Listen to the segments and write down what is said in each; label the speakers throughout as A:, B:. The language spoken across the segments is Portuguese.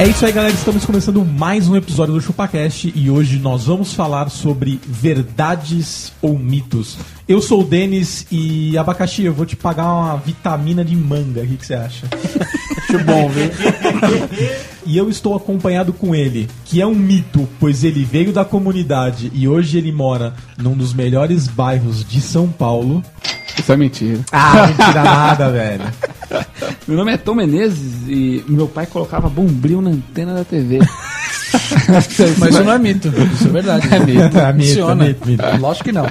A: É isso aí, galera. Estamos começando mais um episódio do ChupaCast e hoje nós vamos falar sobre verdades ou mitos. Eu sou o Denis e abacaxi, eu vou te pagar uma vitamina de manga. O que, que você acha?
B: Que bom, viu?
A: E eu estou acompanhado com ele, que é um mito, pois ele veio da comunidade e hoje ele mora num dos melhores bairros de São Paulo.
B: Isso é mentira.
A: Ah, mentira nada, velho.
B: Meu nome é Tom Menezes e meu pai colocava bombril na antena da TV.
C: Mas isso não é mito. Isso é verdade.
B: É mito.
A: Mito,
C: Funciona.
A: mito, é mito.
C: Lógico que não.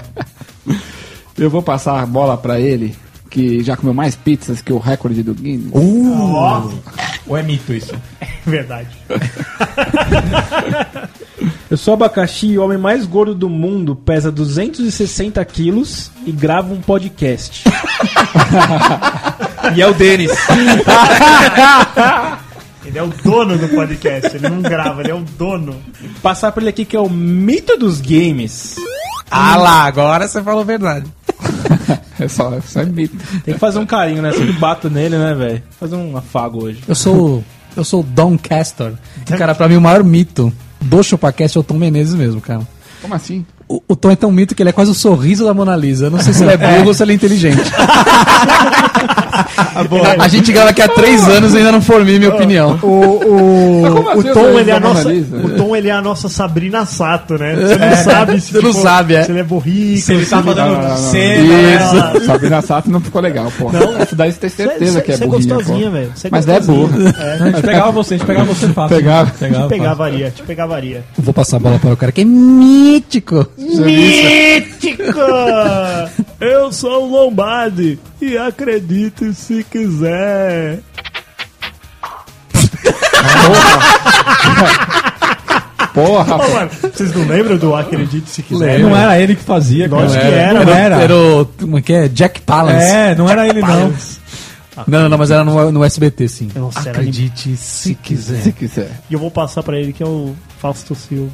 B: Eu vou passar a bola pra ele, que já comeu mais pizzas que o recorde do Guinness.
A: Ou é mito isso?
D: Verdade.
E: Eu sou abacaxi, o homem mais gordo do mundo, pesa 260 quilos e grava um podcast.
C: E é o Denis.
D: Ele é o dono do podcast, ele não grava, ele é o dono.
E: Passar pra ele aqui que é o mito dos games.
C: Ah lá, agora você falou verdade.
B: É só, só é mito.
E: Tem que fazer um carinho, né? Sempre bato nele, né, velho? Fazer um afago hoje.
F: Eu sou eu sou o Don Castor. E, Cara, pra mim o maior mito do ChupaCast é o Tom Menezes mesmo, cara.
B: Como assim?
F: O, o Tom é tão mito que ele é quase o sorriso da Mona Lisa. Eu não sei se ele é burro ou se ele é inteligente.
D: é-
F: a, a gente grava aqui há três anos e ainda não formei minha opinião.
D: O, o,
B: Mas como
D: o
B: assim,
D: Tom,
B: o
D: ele é a
B: Mona
D: nossa,
B: Lisa?
D: o Tom ele é a nossa Sabrina Sato, né? Você não sabe se,
F: você não sabe, é.
D: se ele é borrico,
A: Se ele tá
B: Não, não,
A: mandando
B: não, não.
A: cena, né?
D: ela-
B: Isso. Sabrina Sato não ficou legal, pô. Não. Essa daí você tem certeza
D: Cê- cê-
B: que é
D: cê é
B: burrinha,
D: gostosinha,
B: pô.
D: velho. Cê é
B: Mas é
D: gostosinha.
B: burra.
A: a gente pegava você, a gente pegava você fácil.
B: Pegava.
A: pegava,
D: Pegar
A: pegava.
D: varia, te pegar varia.
F: Vou passar a bola para o cara que é mítico.
D: Mítico! Eu sou o Lombardi e acredite se quiser.
B: Porra,
D: Ô, mano, vocês não lembram do Acredite Se Quiser?
A: Não era ele que fazia, cara.
D: Lógico que era,
A: Não
D: né?
A: era.
F: Era o. Como é que é? Jack Palance.
A: É, não era ele não.
F: Não, não, não, mas era no, no SBT, sim.
D: Nossa, era animal.
F: se quiser.
B: se quiser.
D: E eu vou passar pra ele que é o Fausto Silva.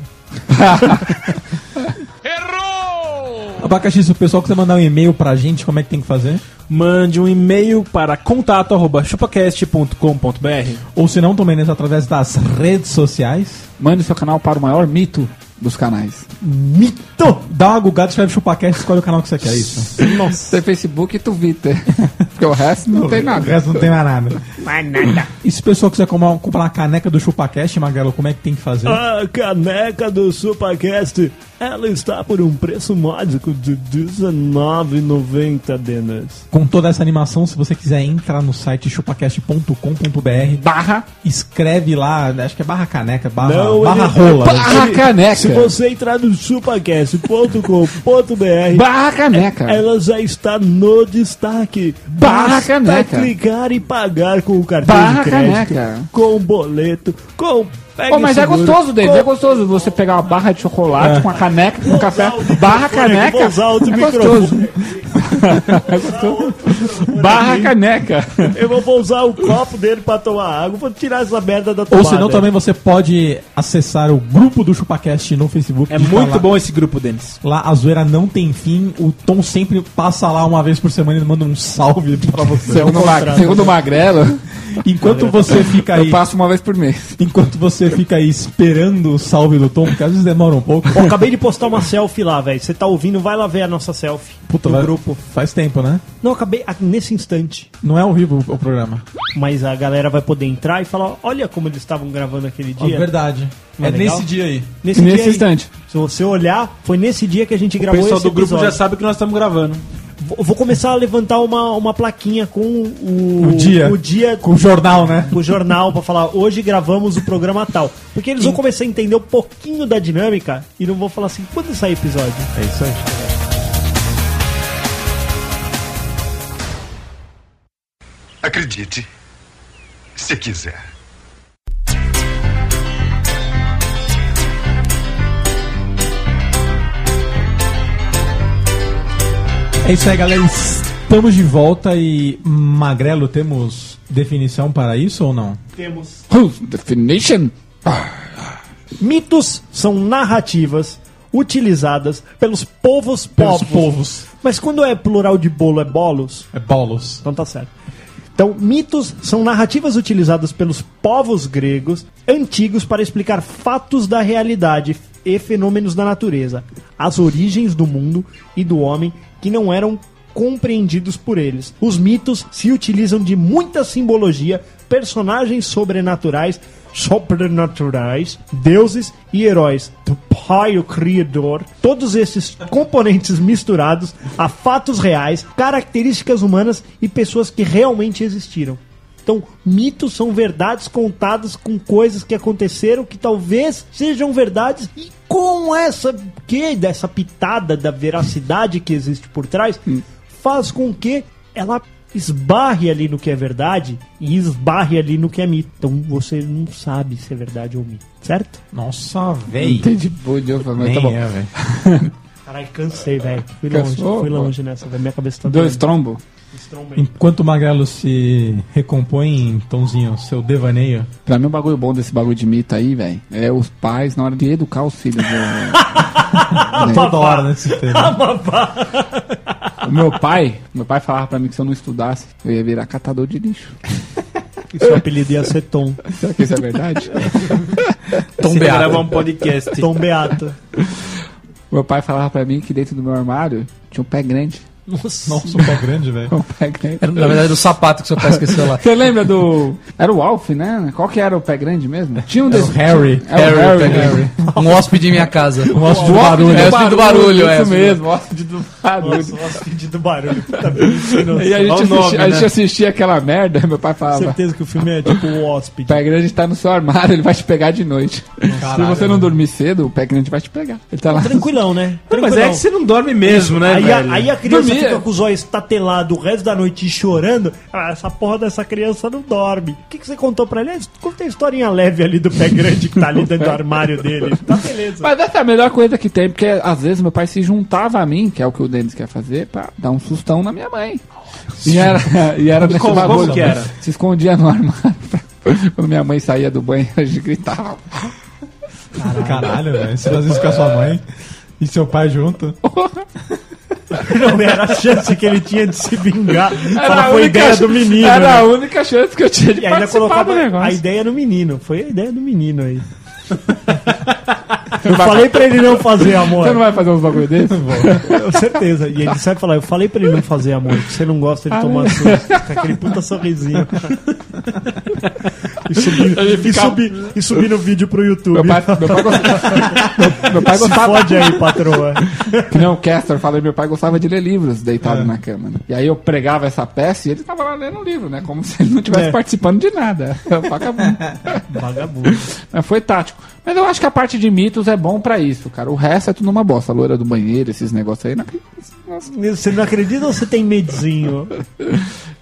A: Abacaxi, se o pessoal quiser mandar um e-mail pra gente, como é que tem que fazer?
E: Mande um e-mail para contato@chupacast.com.br.
A: Ou se não, também nesse através das redes sociais.
B: Mande seu canal para o maior mito dos canais.
A: Mito! Dá uma gugada, escreve chupacast, escolhe o canal que você quer, é isso.
B: Tem Facebook e Twitter. Porque o resto não tem
A: O
B: nada.
A: resto não tem mais nada. Mais nada. E se o pessoal quiser comprar, comprar uma caneca do chupacast, Magrelo, como é que tem que fazer?
D: A caneca do Supacast, ela está por um preço mágico de R$19,90, Denis.
A: Com toda essa animação, se você quiser entrar no site chupacast.com.br,
B: Barra,
A: escreve lá, acho que é barra caneca, barra,
D: Não,
E: é
A: barra
D: ele-
A: rola.
B: barra caneca.
D: Se você entrar no supacast.com.br,
B: Barra caneca.
D: ela já está no destaque.
B: Barra
D: Basta
B: caneca.
D: clicar e pagar com o cartão
B: Barra
D: de crédito,
B: caneca.
D: com boleto, com... Pega
B: Pô, mas é
D: seguro,
B: gostoso, David.
D: com-
B: É gostoso você pegar uma barra de chocolate com uma caneca, com um café.
D: usar o
B: Barra
D: microfone,
B: caneca.
D: vou usar outro
B: É gostoso.
D: microfone.
B: É gostoso. Barra caneca.
D: Eu vou- vou usar o copo dele pra tomar água, vou tirar essa merda da
A: Ou
D: tomada.
A: se não, também você pode acessar o grupo do ChupaCast no Facebook.
E: É
A: que tá
E: muito
A: lá.
E: bom esse grupo, Denis.
A: Lá a zoeira não tem fim. O Tom sempre passa lá uma vez por semana e manda um salve pra você.
D: um
B: Segundo, ma segundo Magrelo,
A: Enquanto você fica aí,
B: eu passo uma vez por mês.
A: enquanto você fica aí esperando o salve do Tom, porque às vezes demora um pouco.
D: Pô, acabei de postar uma selfie lá, velho. Você tá ouvindo, vai lá ver a nossa selfie.
A: Puta,
D: no
A: vai-
D: grupo.
A: Faz tempo, né?
D: Não, acabei ah, nesse instante.
A: Não é ao vivo o programa.
D: Mas a galera vai poder entrar e falar: olha como eles estavam gravando aquele dia.
A: verdade.
D: Não
A: é
D: é legal?
A: nesse dia aí.
D: Nesse,
B: Nesse
D: dia aí,
B: instante.
D: Se você olhar, foi nesse dia que a gente
E: O
D: gravou
E: pessoal
D: esse
E: do grupo já
D: episódio.
E: sabe que nós estamos gravando.
D: Vou- Vou começar a levantar uma, uma plaquinha com o,
A: O dia.
D: O dia
A: Com o jornal, né?
D: o jornal pra falar hoje gravamos o programa tal. Porque eles vão começar a entender um pouquinho da dinâmica e não vão falar assim, quando sair episódio?
A: É isso aí.
G: Acredite, se quiser.
A: É isso aí, galera. Estamos de volta e Magrelo, temos definição para isso ou não?
D: Temos.
B: Definition?
D: Mitos são narrativas utilizadas pelos povos
A: Pelos
D: povos.
A: povos.
D: Mas quando é plural de bolo, é bolos?
A: É bolos.
D: Então tá certo. Então, mitos são narrativas utilizadas pelos povos gregos antigos para explicar fatos da realidade e fenômenos da natureza, as origens do mundo e do homem que não eram compreendidos por eles. Os mitos se utilizam de muita simbologia, personagens sobrenaturais, sobrenaturais, deuses e heróis do Pai o Criador. Todos esses componentes misturados a fatos reais, características humanas e pessoas que realmente existiram. Então, mitos são verdades contadas com coisas que aconteceram que talvez sejam verdades e com essa que dessa pitada da veracidade que existe por trás, faz com que ela esbarre ali no que é verdade e esbarre ali no que é mito. Então você não sabe se é verdade ou mito, certo?
A: Nossa, véi.
B: Entendi, pô, de novo, mas tá
A: Nem
B: bom.
A: é, velho.
D: Caralho, cansei, velho. Fui longe,
B: Cansou?
D: fui longe nessa, velho. Minha cabeça tá
B: Dois
D: doendo.
B: trombo.
A: Enquanto o Magrelo se recompõe, Tomzinho, seu devaneio.
B: Pra mim, o bagulho bom desse bagulho de mito aí, velho, é os pais na hora de educar os filhos. né?
A: Toda hora nesse tema.
B: O meu pai, meu pai falava pra mim que se eu não estudasse, eu ia virar catador de lixo.
D: E Seu apelido ia ser Tom.
B: Será que isso é verdade?
C: Tom
E: Você
C: Beato.
E: grava um podcast.
D: Tom Beato.
B: meu pai falava pra mim que dentro do meu armário tinha um pé grande.
A: Nossa, o pé grande, velho.
B: Um pé grande.
F: Era, na verdade, era o sapato que seu pai esqueceu lá.
B: Você lembra do. Era o Alf, né? Qual que era o pé grande mesmo? Tinha um
A: É o
B: desse.
A: Harry.
B: É o Harry, pé grande.
F: Um hóspede em minha casa.
A: O nosso
B: O hóspede
A: barulho.
F: É, hóspede do barulho, é.
B: Isso mesmo, hóspede do barulho.
D: Nossa, do barulho. Puta merda.
B: E a gente,
C: Olha o
B: assisti-
C: nome,
B: a gente
C: né?
B: assistia aquela merda, meu pai falava.
D: Certeza que o filme é tipo o hóspede.
B: O pé grande tá no seu armário, ele vai te pegar de noite. Se você não dormir cedo, o pé grande vai te pegar. Ele tá lá.
D: Tranquilão, né?
E: Não, mas é que você não dorme mesmo, né,
D: Aí
E: velho?
D: a, aí a criança
B: Dormia.
D: fica com os olhos tatelados o resto da noite e chorando. Ah, essa porra dessa criança não dorme. O que, que você contou pra ele? Ah, Conta a historinha leve ali do pé grande que tá ali dentro do armário dele. Tá beleza.
B: Mas essa é a melhor coisa que tem, porque às vezes meu pai se juntava a mim, que é o que o Denis quer fazer, pra dar um sustão na minha mãe. E era, e era nesse
E: Como- como
B: bagulho.
E: que era?
B: Se escondia no armário. pra- Quando minha mãe saía do banho, a gente gritava.
A: Caralho, velho. Você faz isso com a sua mãe e seu pai junto.
D: Não era a chance que ele tinha de se vingar.
B: a
D: Ela foi
B: única
D: ideia
B: ch-
D: do menino.
B: Era
D: né?
B: a única chance que eu tinha de
D: E ainda
B: participar
D: colocava
B: do
D: a
B: negócio.
D: ideia no menino. Foi a ideia do menino aí. Eu falei pra ele não fazer, amor.
B: Você não vai fazer uns bagulho desse?
D: Com certeza. E ele sempre falar, eu falei pra ele não fazer amor, que você não gosta de tomar susto. Com aquele puta sorrisinho. E subir, e subir, e subir no vídeo pro YouTube.
B: Meu pai, meu pai gostava. meu, meu pai
D: Se
B: gostava.
D: fode aí, patroa.
B: Que nem o Castor fala, meu pai gostava de ler livros deitado na cama. Né? E aí eu pregava essa peça e ele tava lá lendo um livro, né? Como se ele não estivesse
D: É.
B: participando de nada. É um Vagabundo.
D: Vagabundo.
B: Mas foi tático. Mas eu acho que a parte de mitos é bom pra isso, cara. O resto é tudo uma bosta. A loira do banheiro, esses negócios aí. né? Não...
D: Você não acredita ou você tem medinho?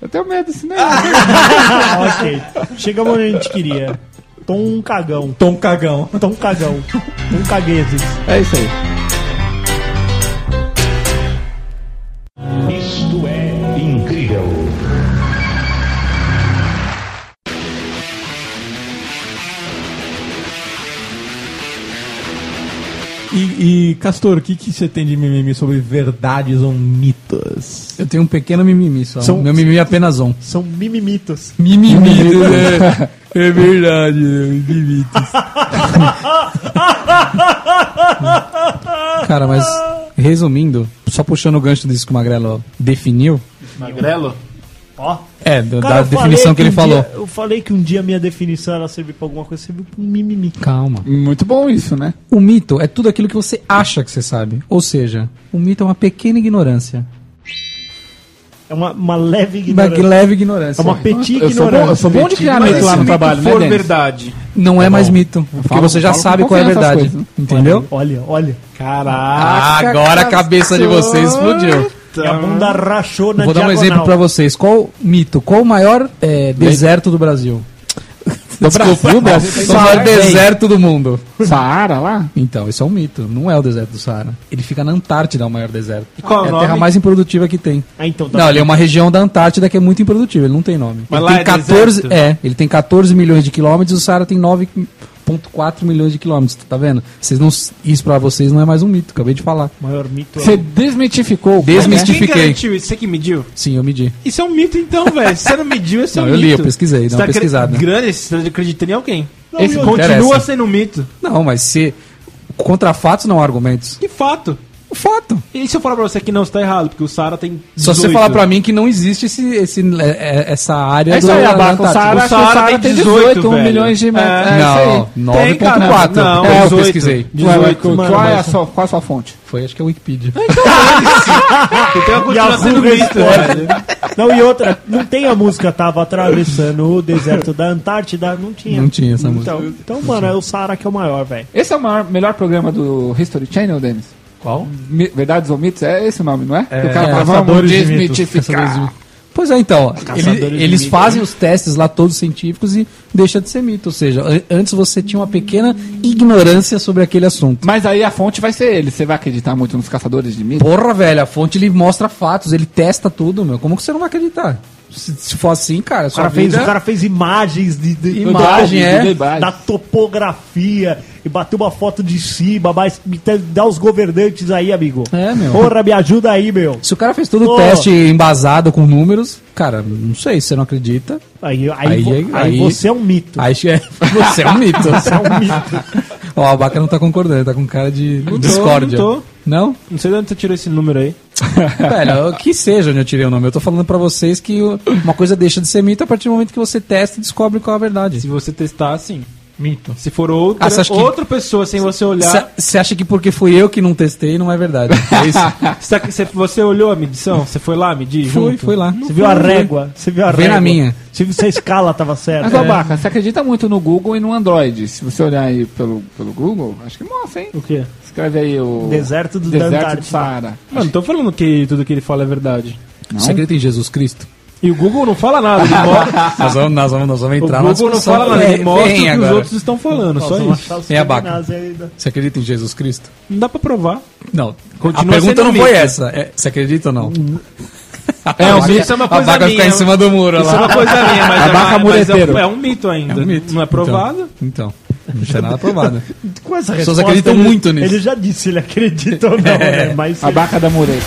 B: Eu tenho medo desse negócio.
D: Ah, ok. Chegamos onde a gente queria. Tom cagão.
A: Tom cagão.
D: Tom cagão. Tom caguezes.
B: É isso aí.
G: Isto é incrível.
A: E, e, Castor, o que, que você tem de mimimi sobre verdades ou mitos?
F: Eu tenho um pequeno mimimi só.
D: São-
F: Meu mimimi é apenas um.
D: São mimimitos.
F: Mimimi. é, é verdade, mimimitos. Cara, mas resumindo, só puxando o gancho disso que o Magrelo definiu.
C: Magrelo?
D: Ó.
F: É, da,
D: Cara,
F: da
D: eu falei
F: definição que ele
D: um
F: falou.
D: dia- eu falei que um dia a minha definição ela serviu pra alguma coisa, serviu pra um mimimi.
F: Calma.
B: Muito bom isso, né?
F: O mito é tudo aquilo que você acha que você sabe. Ou seja, o mito é uma pequena ignorância.
D: É uma, uma leve
F: Uma
D: ignorância.
F: leve ignorância.
D: É uma petit
B: Eu sou bom, eu
D: ignorância.
B: sou bom de criar
C: Mas
B: mito lá
C: se
B: no
C: o mito
B: trabalho, né,
C: for
B: Denis?
C: verdade.
F: Não é mais mito. Porque
B: falo-
F: você já
B: falo
F: sabe
B: com
F: qual é a
B: confiança
F: verdade.
B: essas coisas,
F: Entendeu?
D: Olha, olha.
F: Ah,
C: Caraca.
F: agora a cabeça de vocês explodiu.
D: E a bunda rachou na
F: Vou dar um
D: diagonal.
F: exemplo pra vocês. Qual mito? Qual o maior é, deserto do Brasil? Do Brasil, Brasil. O maior deserto do mundo.
B: Saara lá?
F: Então, isso é um mito. Não é o deserto do Saara. Ele fica na Antártida, o maior deserto.
E: qual é o
F: é a
E: nome?
F: terra mais improdutiva que tem.
D: Ah, então tá.
F: Não, ele é uma região da Antártida que é muito improdutiva, ele não tem nome.
H: Mas
F: ele
H: lá
F: tem
H: é deserto?
F: É, ele tem 14 milhões de quilômetros, o Saara tem 9.4 milhões de quilômetros, tá vendo? Vocês não isso pra vocês não é mais um mito, acabei de falar.
D: O maior mito é
B: Você desmitificou o
F: Desmiti-
H: Quem
F: Justifiquei.
H: garantiu isso? Você que mediu?
F: Sim, eu medi.
H: Isso é um mito então, velho. Se você não mediu, isso é um
F: Não, eu
H: mito.
F: li, eu pesquisei, dá
H: Você tá
F: uma
H: acre-
F: pesquisada.
H: Grande, você tá acreditando em alguém.
F: Não, Esse não
H: Continua
F: interessa.
H: sendo um mito.
F: Não, mas se contra fatos não há argumentos.
H: Que fato.
F: Fato.
H: E se eu falar pra você que não, você tá errado, porque o Sara tem.
F: Só você
H: 18.
F: falar pra mim que não existe esse, esse- é- é- essa área
B: É isso aí,
F: da
B: abaca, o
F: Antártida.
B: Saara,
H: O Saara
B: o Saara
H: tem
B: tem
H: 18,
B: 18
H: velho.
B: milhões de metros. É,
F: Não,
H: Tem, cara.
F: 9.4.
H: Não,
F: É, eu
H: 18.
F: pesquisei.
B: Ué, ué,
H: 18, mano,
B: qual, é a
H: mas-
B: sua, qual é a sua fonte?
F: Foi, acho que é o Wikipedia.
H: Então continua
F: um
H: sendo
D: ruga
H: mito. né?
D: história. Não, e outra, não tem a música Tava Atravessando o Deserto da Antártida? Não tinha.
F: Não tinha essa música.
D: Então, então mano, é o Saara que é o maior, velho.
B: Esse é o maior- melhor programa do History Channel, Denis?
A: Qual?
B: Mi- Verdades ou Mitos? É esse o nome, não é? Que o
A: é,
B: cara fala, vamos
A: Caçadores de Mitos,
B: desmitificar.
F: Pois é, então.
D: Caçadores
F: ele-
D: de né?
F: eles
D: mito,
F: fazem os testes lá, todos científicos, e deixa de ser mito. Ou seja, an- antes você tinha uma pequena ignorância sobre aquele assunto.
B: Mas aí a fonte vai ser ele. Você vai acreditar muito nos caçadores de mitos?
F: Porra, velho, a fonte ele mostra fatos, ele testa tudo, meu. Como que você não vai acreditar? Se, se for assim, cara,
D: O cara,
F: sua
D: fez,
F: vida-
D: o cara fez imagens de, de-
F: Imagem,
D: da-
F: é.
D: da,
B: Imagem.
D: topografia e bateu uma foto de si, babás. me te- Dá os governantes aí, amigo.
F: É, meu.
D: Porra, me ajuda aí, meu.
F: Se o cara fez todo o
D: Pô.
F: teste embasado com números, cara, não sei, se você não acredita.
D: Aí, aí,
F: Aí-
D: vo- aí
F: aí-
D: você é um mito.
F: Aí é, você é um mito.
D: Você é um mito.
F: Ó, o Abaca não tá concordando, ele tá com cara de
H: Não tô,
F: discórdia.
H: não tô.
F: Não?
H: Não sei de onde você tirou esse número aí.
F: Velho, que seja onde eu tirei o nome. Eu tô falando pra vocês que o- uma coisa deixa de ser mito a partir do momento que você testa e descobre qual é a
H: Se
F: verdade.
H: você testar, sim.
A: Mito.
H: Se for outra,
F: Ah, você acha que-
H: outra pessoa sem você olhar.
F: Você acha que porque fui eu que não testei, não é verdade? É isso?
H: Você, tá- você- você olhou a medição? Você foi lá medir?
F: fui,
H: junto?
F: fui lá.
D: Você viu a régua? Você viu a
F: Vem
D: régua?
F: na minha.
D: Você viu se a escala tava certa?
B: Mas, Abaca, você acredita muito no Google e no Android. Se você olhar aí pelo, pelo Google, acho que mostra, hein?
D: É, O quê?
B: Escreve aí o...
D: Deserto do
B: Deserto do
D: Antártida.
B: Saara.
H: Mano, não tô falando que tudo que ele fala é verdade.
F: Você acredita em Jesus Cristo?
H: E o Google não fala nada, ele mostra.
F: Nós vamos, nós vamos, nós vamos
H: o
F: entrar na
H: Google não
F: discussão.
H: fala nada, ele
F: Vem-
H: mostra o
F: vem
H: que os
F: agora.
H: outros estão falando, só
D: Vamos
H: isso.
D: achar os né?
F: Vem, É, Abaca.
D: feminazes ainda.
F: Você acredita em Jesus Cristo?
H: Não dá pra provar.
F: Não.
H: Continua
F: a pergunta
H: sendo
F: não foi
H: mito.
F: essa. É, você acredita ou não?
H: É,
F: a
H: o mito é uma coisa
F: vaca vai
H: minha.
F: ficar em cima do muro
H: Isso é
F: lá.
H: uma coisa minha, mas, é,
F: Abaca
H: uma- mas é,
F: mureteiro.
H: um, é um mito ainda. Não é provado.
F: Então, então, não tinha nada provado.
D: Com essa
F: pessoas
D: resposta,
F: acreditam
D: ele-
F: muito nisso. É,
D: Ele já disse, ele acredita ou não, né? Mas
B: A Baca da Mureta.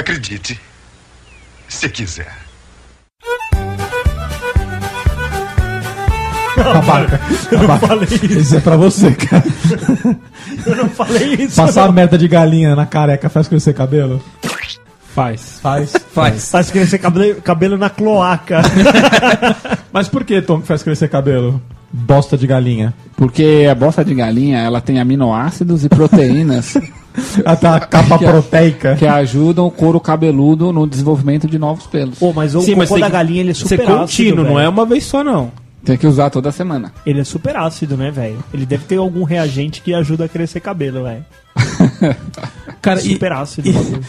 G: Acredite, se quiser.
D: eu não falei isso.
A: Isso é pra você, cara.
D: Eu não falei isso.
A: Passar a merda de galinha na careca faz crescer cabelo?
H: Faz.
A: Faz.
F: Faz.
D: Faz crescer cabelo, cabelo na cloaca.
A: Mas por que, Tom, que faz crescer cabelo? Bosta de galinha.
B: Porque a bosta de galinha, ela tem aminoácidos e proteínas
A: Ah, tá, a capa
D: é-
A: proteica.
B: que ajudam o couro cabeludo no desenvolvimento de novos pelos.
D: Pô, mas o
H: Sim,
D: cocô
H: mas tem
D: da
H: que
D: galinha ele é
H: Você
D: super
H: contínuo,
D: ácido,
H: não
D: velho.
H: é uma vez só, não.
B: Tem que usar toda semana.
D: Ele é super ácido, né, velho? Ele deve ter algum reagente que ajuda a crescer cabelo, velho.
A: Cara, e-
D: Super ácido.
A: e-
D: bagulho.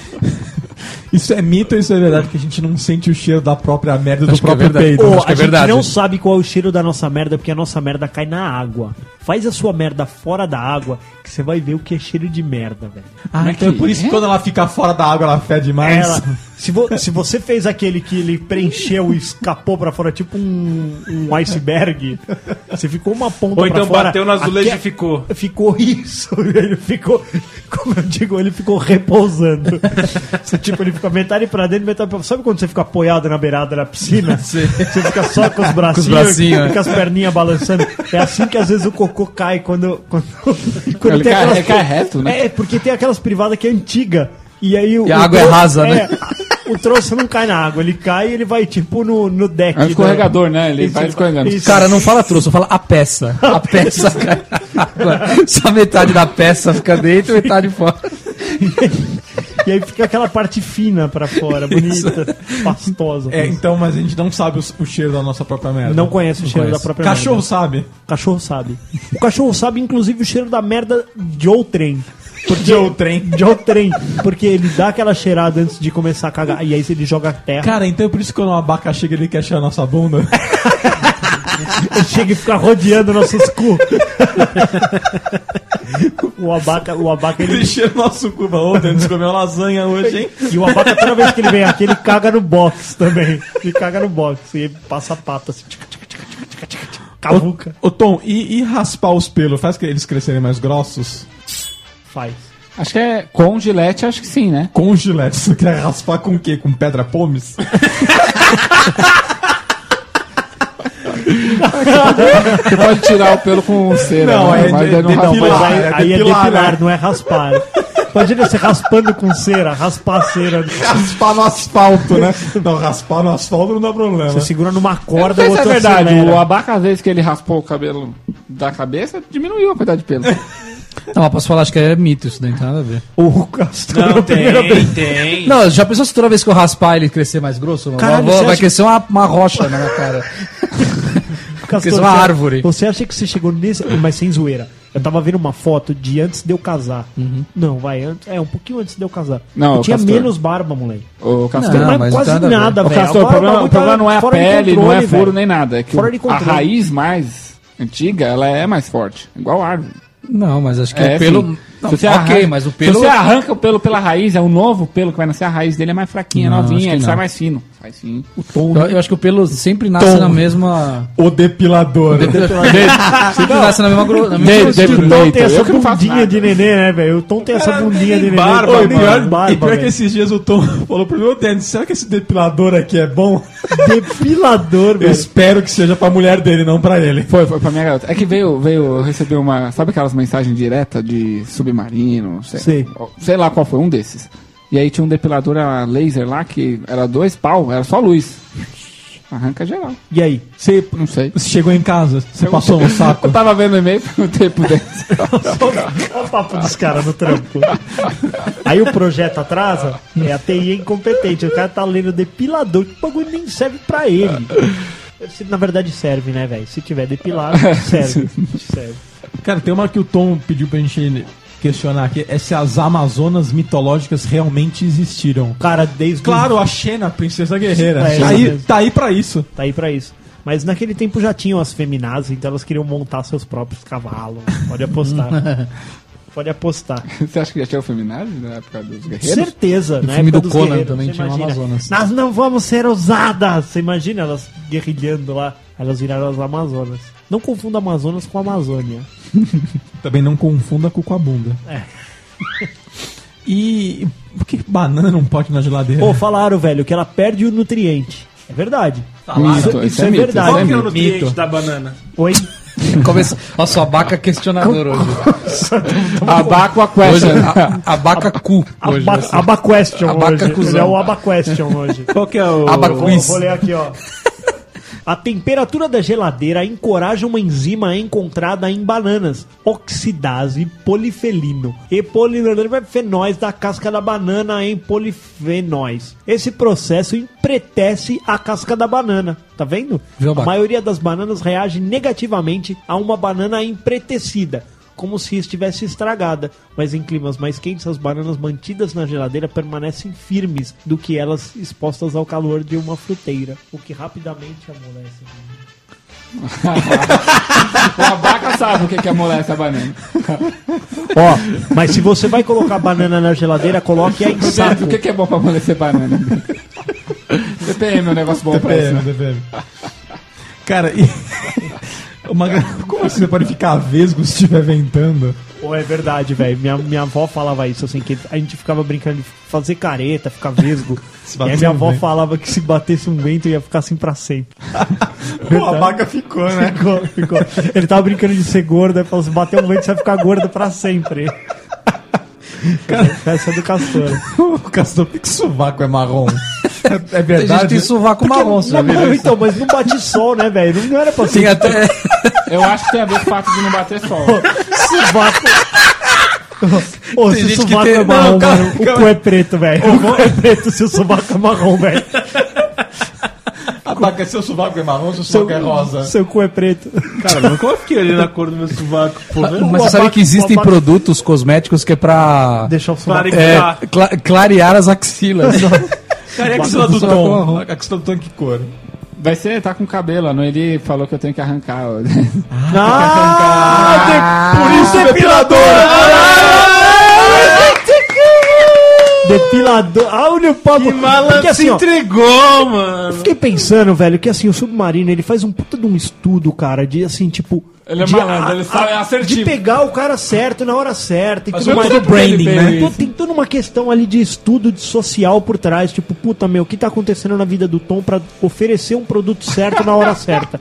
A: isso é mito ou isso é verdade? Que a gente não sente o cheiro da própria merda do
F: Acho que é
A: próprio
F: verdade.
A: peito.
D: Ô,
F: acho que
D: a
F: é
D: gente
F: verdade.
D: não sabe qual é o cheiro da nossa merda, porque a nossa merda cai na água. Faz a sua merda fora da água, que você vai ver o que é cheiro de merda, velho.
A: Ah, então é por isso que quando ela fica fora da água ela fede mais.
D: Ela, se, vo- se você fez aquele que ele preencheu e escapou pra fora, tipo um, um iceberg, você ficou uma ponta
H: Ou então
D: pra fora.
H: bateu no azulejo
D: aque-
H: e ficou.
D: Ficou isso, ele ficou, como eu digo, ele ficou repousando. Você, tipo, ele fica metade pra dentro, metade pra fora. Sabe quando você fica apoiado na beirada da piscina? Você fica só com os bracinhos,
F: bracinhos,
H: é.
D: fica as perninhas balançando. É assim que às vezes o cocô cai quando. quando, quando
B: Ele cai- ele cai reto, né?
D: É, porque tem aquelas privadas que é antiga. E aí o,
F: E a
D: o
F: água é
D: tro- é,
F: rasa, né?
D: O troço não cai na água, ele cai e ele vai tipo no, no deck.
B: É um
D: do-
B: escorregador, né? Ele
D: Isso,
B: vai escorregando.
D: isso.
F: Cara, não fala trouxa, fala a peça. A peça cai na água. Só metade da peça fica dentro, metade fora.
D: E aí fica aquela parte fina pra fora, bonita, pastosa.
A: É, então, mas a gente não sabe o, o cheiro da nossa própria merda.
D: Não conhece o cheiro da
F: conhece.
D: própria
A: Cachorro
D: merda.
A: sabe.
D: Cachorro sabe. O cachorro sabe, inclusive, o cheiro da merda de outrem. Porque, Joe Trem. Joe Trem. Porque ele dá aquela cheirada antes de começar a cagar. E aí ele joga terra.
A: Cara, então é por isso que quando o abacaxi chega, ele quer achar a nossa bunda.
D: chega e fica rodeando nossos cu. o abaca, o abaca ele,
A: Ele cheira o nosso cu, falou, "Ô, Denis, comeu lasanha hoje, hein?
D: e o abaca toda vez que ele vem aqui, ele caga no box também. Ele caga no box e passa a pata assim. Tchica, tchica, tchica, tchica, tchica, tchica. Cavuca.
A: Ô, Tom, e, e raspar os pelos? Faz que eles crescerem mais grossos?
D: Faz.
B: Acho que é com gilete, acho que sim, né?
A: Com gilete. Você quer raspar com o quê? Com pedra pomes?
B: Você pode tirar o pelo com cera,
A: Não,
B: né?
A: é
B: mas
A: de-
B: aí não
A: depilar.
B: rapaz.
D: Mas aí,
A: é
D: aí é
A: depilar,
D: depilar,
A: né?
D: não é raspar. Imagina você raspando com cera, raspar a cera.
A: raspar no asfalto, né? Não, raspar no asfalto não dá problema.
D: Você segura numa
B: Eu não
D: corda,
B: sei
D: o
B: se é
D: outro né?
B: verdade,
D: acelera.
B: o abaca, às vezes que ele raspou o cabelo da cabeça, diminuiu a quantidade de pelo.
F: Não, mas posso falar, acho que é mito isso daí, não tem nada a ver.
D: O Castor é o primeiro
H: Tem, tem.
F: Não, já pensou se toda vez que eu raspar ele crescer mais grosso?
D: Caralho,
F: Vai-
D: você
F: vai
D: acha-
F: crescer uma, uma rocha na minha cara.
D: Castor,
F: Porque é uma
D: você-
F: árvore.
D: Você acha que você chegou nesse. Mas sem zoeira. Eu tava vendo uma foto de antes de eu casar.
B: Uhum.
D: Não, vai antes. É, um pouquinho antes de eu casar.
B: Não,
D: eu tinha
B: Castor.
D: menos barba, moleque.
B: Ô, Castor.
F: Não,
D: mas,
F: mas
D: quase
F: nada a ver.
D: nada,
B: Ô,
D: velho.
B: Castor, o
D: é, Agora
B: problema,
D: bagulho
B: o problema
D: tá
B: não é a
D: fora de
B: pele, não é
D: controle,
B: furo
D: velho.
B: nem nada. É que
D: Fora
B: o-
D: de
B: a
D: controle.
B: raiz mais antiga, ela é mais forte. Igual árvore.
F: Não, mas acho que
B: É,
F: o pelo.
B: sim.
F: Não,
B: Se você
F: ok,
B: arranca-
F: mas o
B: Se
F: pelo.
B: você arranca o pelo pela raiz, é um novo pelo que vai nascer, a raiz dele é mais fraquinha,
F: Não, acho
B: novinha,
F: que
B: ele
F: não.
B: sai mais fino. Sai sim.
F: Eu, eu acho que o pelo sempre nasce na mesma.
A: O depilador. né?
F: sempre nasce na mesma grossa.
B: Dave- Dave
D: O Tom tem
B: Leiter,
D: essa
B: eu que não faço
D: um bundinha
B: nada.
D: de nenê, né, velho? O Tom tem essa bundinha de nenê.
A: Barba,
D: Tom,
A: e pior,
D: barba,
A: e pior que
D: velho.
A: esses dias o Tom falou pro meu Denis, será que esse depilador aqui é bom?
D: Depilador,
A: Eu
D: velho.
A: espero que seja pra mulher dele, não pra ele.
B: Foi, foi pra minha garota. É que veio, veio eu recebi uma. Sabe aquelas mensagens diretas de submarino? Sei,
D: Sei.
B: sei lá qual foi, um desses. E aí tinha um depilador a laser lá que era dois pau, era só luz. Arranca geral.
D: E aí?
B: Você não sei.
A: Você chegou em casa, você passou um saco.
B: Eu tava vendo o e-mail e perguntei pro Dennis.
D: Olha o papo dos caras no trampo. Aí o projeto atrasa, é a TI é incompetente. O cara tá lendo depilador, que o bagulho nem serve pra ele. Se, na verdade serve, né, velho? Se tiver depilado, serve. serve.
A: Cara, tem uma que o Tom pediu pra gente questionar aqui, é se as Amazonas mitológicas realmente existiram.
D: Cara, desde
A: Claro, a Xena, a princesa guerreira.
D: É,
A: Tá aí,
D: mesmo.
A: tá aí pra isso.
D: tá aí pra isso. Mas naquele tempo já tinham as feminazes, então elas queriam montar seus próprios cavalos. Pode apostar. Pode apostar.
B: Você acha que já tinha o feminazi na época dos guerreiros?
D: Certeza, né?
F: filme do Conan também tinha uma
D: Amazonas.
F: Amazonas.
D: Nós não vamos ser usadas! Você imagina elas guerrilhando lá. Elas viraram as Amazonas. Não confunda Amazonas com Amazônia.
A: Também não confunda cu com a bunda.
D: É.
A: E por que banana não pode ir na
F: É.
A: geladeira?
D: Pô, falaram, velho, que ela perde o nutriente. É verdade.
B: Mito,
D: isso é
B: mito,
D: verdade.
F: né,
B: isso é
H: Qual que é o
B: mito.
H: nutriente da banana?
D: Oi?
F: Começa... Nossa, o abaca questionador hoje.
B: Abaco a
F: hoje
B: question.
D: é.
F: a, abaca cu. Hoje,
D: Aba-
F: assim. vai ser.
D: Abaquestion hoje.
F: Abaca
D: Ele
F: cuzão.
D: é o Abaquestion hoje.
H: Qual que é o.
D: Vou,
F: Abacuiz.
D: vou ler aqui, ó. A temperatura da geladeira encoraja uma enzima encontrada em bananas, oxidase polifelino e polifenóis da casca da banana em polifenóis. Esse processo empretece a casca da banana, tá vendo?
F: Viu,
D: a
F: Baco?
D: maioria das bananas reage negativamente a uma banana empretecida, como se estivesse estragada. Mas em climas mais quentes, as bananas mantidas na geladeira permanecem firmes do que elas expostas ao calor de uma fruteira, o que rapidamente amolece.
B: O abaca sabe o que que amolece a banana.
D: Ó, mas se você vai colocar banana na geladeira, coloque-a em
B: Sabe
D: saco.
B: o que que é bom pra amolecer banana? TPM é um negócio bom pra isso.
A: DPM,
B: né?
A: DPM. Cara, e... uma... como assim você pode ficar vesgo se estiver ventando?
D: Pô, é verdade, velho. Minha, minha avó falava isso, assim, que a gente ficava brincando de fazer careta, ficar vesgo. e aí
A: batesse
D: minha
A: um
D: avó
A: vento.
D: falava que se batesse um vento ia ficar assim pra sempre.
A: Pô, a vaca ficou, né?
D: Ficou, ficou. Ele tava brincando de ser gordo, aí falou assim: bater um vento, você vai ficar gordo pra sempre. Essa é do Castor.
A: O Castor, por que que sovaco é marrom? É- É
F: Tem gente que
A: verdade?
D: né?
F: tem sovaco marrom, você já
D: Não,
F: viu?
D: não, então, mas não bate sol, né, velho? Não era pra ser
F: Tem até.
B: Eu acho que tem a ver com o fato de não bater sol.
D: sovaco. Ô, se o
F: gente que
D: sovaco
F: tem-
D: é marrom,
F: Não,
D: mano, o cu é preto, velho. O cu é preto se o sovaco é marrom, velho.
A: A Baca, seu sovaco é marrom, seu sovaco é rosa.
D: Seu cu é preto.
H: Cara, eu nunca fiquei olhando a cor do meu sovaco, pô.
F: Mas
H: né?
F: você sabe
D: abaca-
F: que existem
D: o abaca-
F: produtos cosméticos que é pra
D: Deixar o sovaco.
F: é,
H: Clarificar.
F: cla- clarear as axilas.
D: É
F: É
A: Cara, e a axila é do
F: sovaco
A: tom?
F: marrom.
A: A axila do tom que cor?
B: Vai ser, tá com cabelo, não? Ele falou que eu tenho que arrancar. ó.
A: Ah, Por isso,
D: Ah,
A: depiladora!
D: Depilador. Ah, Olha o papo.
H: Que malandro
D: Porque assim,
H: se
D: ó,
H: entregou, mano.
D: Fiquei pensando, velho, que assim, o Submarino, ele faz um puta de um estudo, cara, de assim, tipo...
B: Ele é
D: de,
B: malandro, ele sabe- é
D: De
B: assertivo.
D: pegar o cara certo na hora certa e
B: Mas
D: tudo
B: eu
D: mais.
B: sei porque ele
F: branding,
B: veio
F: né?
B: isso.
D: Então, tem toda uma questão ali de estudo de social por trás, tipo, puta meu, o que tá acontecendo na vida do Tom pra oferecer um produto certo na hora certa?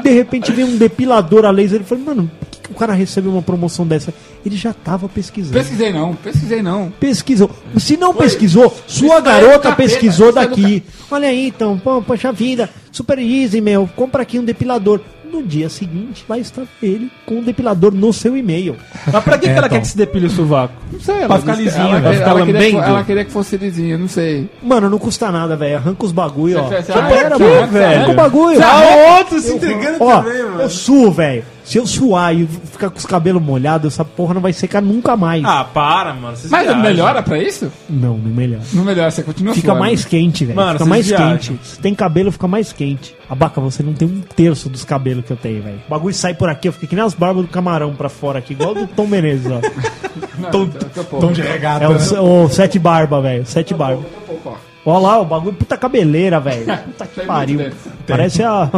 D: De repente vem um depilador a laser, ele fala, mano, por que, que o cara recebe uma promoção dessa? Ele já tava pesquisando.
B: Pesquisei não, pesquisei não.
D: Pesquisou. Se não pesquisou, sua
B: Isso daí é do
D: garota
B: capeta,
D: pesquisou
B: isso daí é do
D: daqui. Olha aí então, pô, poxa vida, super easy, meu, compra aqui um depilador. No dia seguinte vai estar ele com o depilador no seu e-mail.
H: Mas pra que,
A: É,
H: que ela quer que se depile o sovaco?
B: Não sei,
H: Pra
B: ela
H: ficar
B: disse-
H: lisinho,
B: ela,
H: pra
B: quer-
H: ficar
B: ela queria, que fo-
H: lambendo.
B: ela queria que fosse lisinho, não sei.
D: Mano, não custa nada, velho. Arranca os bagulho, ó.
B: Você fez-
D: Já
B: Ah,
D: era,
B: que
D: mano.
B: velho.
D: Arranca o bagulho.
H: Ah, outro se entregando
D: Ó,
H: também, mano.
D: eu suo, velho. Se eu suar e ficar com os cabelos molhados, essa porra não vai secar nunca mais.
H: Ah, para, mano. vocês
B: Mas
H: viajam.
B: melhora pra isso?
D: Não, não melhor.
B: Não melhora, você continua
D: Fica
B: suando.
D: mais quente, velho. Fica
H: Mano, vocês
D: mais
H: viajam.
D: quente. Se tem cabelo, fica mais quente. Abaca, você não tem um terço dos cabelos que eu tenho, velho. O bagulho sai por aqui, eu fico que nem as barbas do camarão pra fora aqui, igual do Tom Menezes, ó.
B: Não, daqui a pouco.
A: Tom de regata.
D: É
A: né?
D: o, o sete barba, velho. Sete barba.
B: Daqui a pouco, ó.
D: Ó lá, o bagulho, puta cabeleira, velho. Puta que
B: Tem
D: pariu.
B: muito dentro.
D: Parece a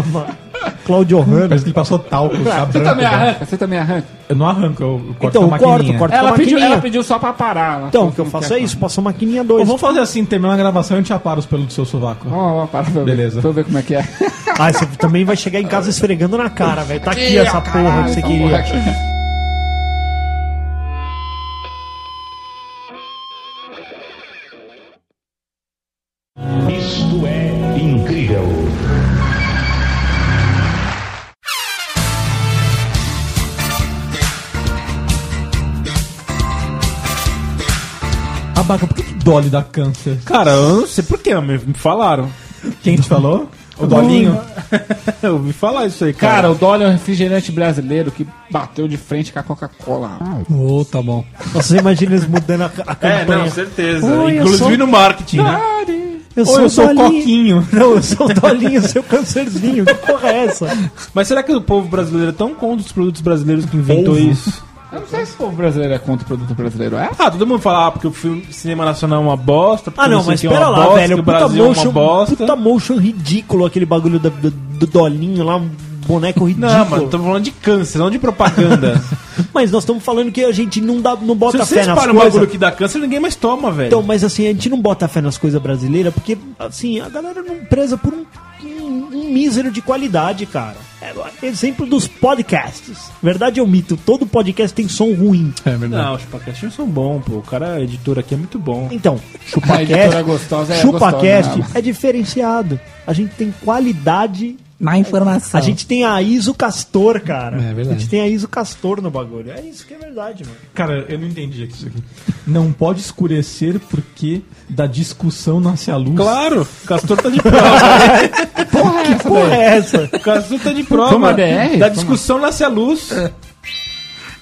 D: Claudio Hanna.
A: Parece que ele passou talco, sabe?
B: Você também
A: branco, né?
B: arranca, você também arranca.
A: Eu não arranco, eu eu corto
D: Então,
A: com a
D: eu corto,
A: maquininha.
D: corto.
B: Ela
D: uma
B: pediu,
D: maquininha.
B: ela pediu só pra parar. ela
D: Então,
B: falou
D: o que eu
B: não
D: faço
B: quer
D: é isso, passou maquininha
A: Pô,
D: 2.
A: vamos fazer assim, terminar a gravação e a gente apara os pelos do seu sovaco.
B: parar. Ó, ó, para pra eu ver.
A: Beleza.
B: Pra eu ver como é que é.
D: Ah, você também vai chegar em casa esfregando na cara, velho. Tá aqui essa porra que você
B: tá
D: queria.
I: Isto é incrível.
A: Abaca, por que, que Dolly dá câncer?
H: Cara, eu não sei porquê, me me falaram.
A: Quem
F: Tá
A: te falou? O Dolinho?
H: Eu ouvi falar isso aí, cara.
B: Cara, o Dolly é um refrigerante brasileiro que bateu de frente com a Coca-Cola.
F: Ô, tá bom.
D: Nossa, você imagina eles mudando a, a
H: é, não,
D: campanha.
H: certeza.
D: Oi, eu
H: Inclusive
D: sou-
H: no marketing, né?
D: eu um
A: Ou eu
H: um
A: sou o
D: Dolinho.
A: Coquinho?
D: Não, eu sou o Dolinho, seu cancerzinho. Que porra é essa?
H: Mas será que o povo brasileiro é tão contra os produtos brasileiros que inventou
A: Ovo.
H: isso?
B: Eu não sei se o povo brasileiro é contra o produto brasileiro, é?
H: Ah, todo mundo fala, ah, porque o filme cinema nacional é uma bosta, porque
D: Ah, não,
H: sei
D: mas
H: o que é
D: pera
H: uma
D: lá,
H: bosta,
D: velho.
H: que o
D: Puta
H: Brasil é
D: motion,
H: uma bosta.
D: puta motion ridículo aquele bagulho da- do, do Dolinho lá, um boneco ridículo.
H: Não, mano, estamos falando de câncer, não de propaganda.
D: Mas nós estamos falando que a gente não, dá, não bota
H: Se
D: fé
H: vocês
D: nas
H: param o bagulho
D: coisas.
H: que dá câncer, ninguém mais toma, velho.
D: Então, mas assim, a gente não bota fé nas coisas brasileiras porque, assim, a galera não preza por um, um, um mísero de qualidade, cara. É, exemplo dos podcasts. Verdade é um mito, todo podcast tem som ruim.
F: É verdade.
H: Não, os paquetinhos são bons, pô. O cara, editor aqui é muito bom.
D: Então,
B: A
D: ChupaCast,
B: editora gostosa é
D: ChupaCast
B: gostosa,
D: é diferenciado. A gente tem qualidade
F: Na informação.
D: A gente tem a ISO Castor, cara.
F: Então. É verdade.
D: A gente tem a ISO Castor no bagulho. É isso que é verdade, mano.
A: Cara, eu não entendi isso aqui. Não pode escurecer porque da discussão nasce a luz.
H: Claro, o Castor tá de prova.
B: Porra, é essa
D: Porra, é essa?
H: o Castor tá de prova.
B: Toma DR,
H: Da
B: toma.
H: discussão nasce a luz.
A: É.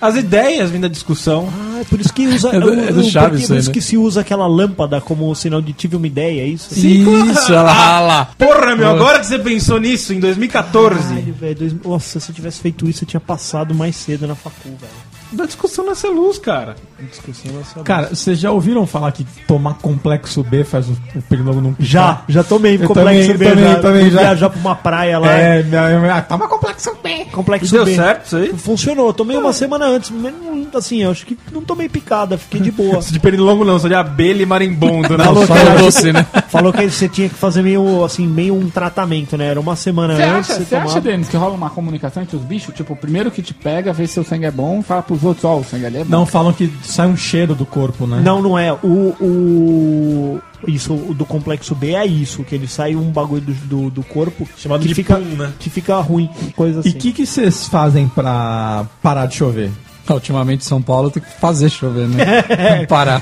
H: As ideias vêm da discussão.
D: Ah, é por isso que usa.
F: É do- é do
D: o- o- por
F: Chaves
D: que-
F: isso aí,
D: por isso
F: né?
D: que se usa aquela lâmpada como sinal de tive uma ideia, é isso?
F: Isso, ela rala.
H: Porra, meu, agora que você pensou nisso, em 2014.
D: Caralho, velho. dois- Nossa, se eu tivesse feito isso, eu tinha passado mais cedo na facul, velho.
H: Da discussão nasce a luz, cara.
D: Discussão nessa.
A: Cara, vocês já ouviram falar que tomar complexo B faz o, o pernilongo não
D: Já,
A: picar?
D: já tomei
A: Eu
D: complexo
A: também,
D: B,
A: também,
D: já.
A: também,
D: Fui
A: já.
D: viajar pra uma praia lá.
A: É, minha, minha, ah, toma complexo B.
D: Complexo
H: Deu
D: B.
H: certo isso aí? É.
D: Funcionou, eu tomei uma semana antes, mas não- assim, eu acho que não tomei picada, fiquei de boa.
H: De pernilongo não, só de abelha e marimbondo, né?
D: Falou
F: Só
D: que-
F: no doce, né?
D: Falou que você tinha que fazer meio assim, meio um tratamento, né? Era uma semana
B: Você
D: antes,
B: acha, você
D: tomava.
B: acha, Denis, que rola uma comunicação entre os bichos? Tipo, o primeiro que te pega, vê se o sangue é bom, fala pros outros, ó, o sangue ali é bom.
A: Não, falam que sai um cheiro do corpo, né?
D: Não, não é. O, o isso o do complexo B é isso, que ele sai um bagulho do, do, do corpo
H: Chamado
D: que
H: de
D: fica
H: pum, né?
D: que fica ruim, coisa assim.
A: E o que que vocês fazem pra parar de chover?
F: Ultimamente São Paulo tem que fazer chover, né? Não
D: É.
F: parar.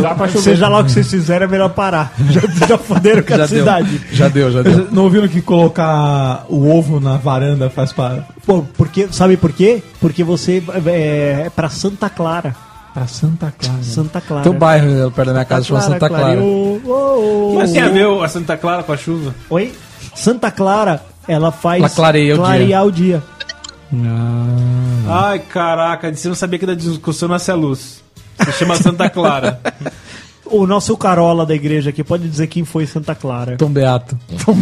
B: Dá pra chover.
D: Seja lá o que vocês fizeram, é melhor parar. Já, já fuderam com a
F: Já deu.
D: cidade.
F: Já deu, já deu.
A: Vocês Não ouviram que colocar o ovo na varanda faz para
D: Pô, porque, sabe por quê? Porque você é, é pra Santa Clara.
A: para Santa Clara?
D: Santa Clara.
F: Teu bairro né, perto da minha casa chama Então Santa Clara.
D: Tá clareou. Oh, oh,
H: Mas
D: oh.
H: tem a ver o- a Santa Clara com a chuva?
D: Oi? Santa Clara, ela faz
F: Ela clareia o dia.
D: clarear o dia.
F: Ah,
H: Ai, caraca, você não sabia que da discussão nasce a luz. Se chama Santa Clara.
D: O nosso Carola da igreja aqui pode dizer quem foi Santa Clara.
F: Tom Beato.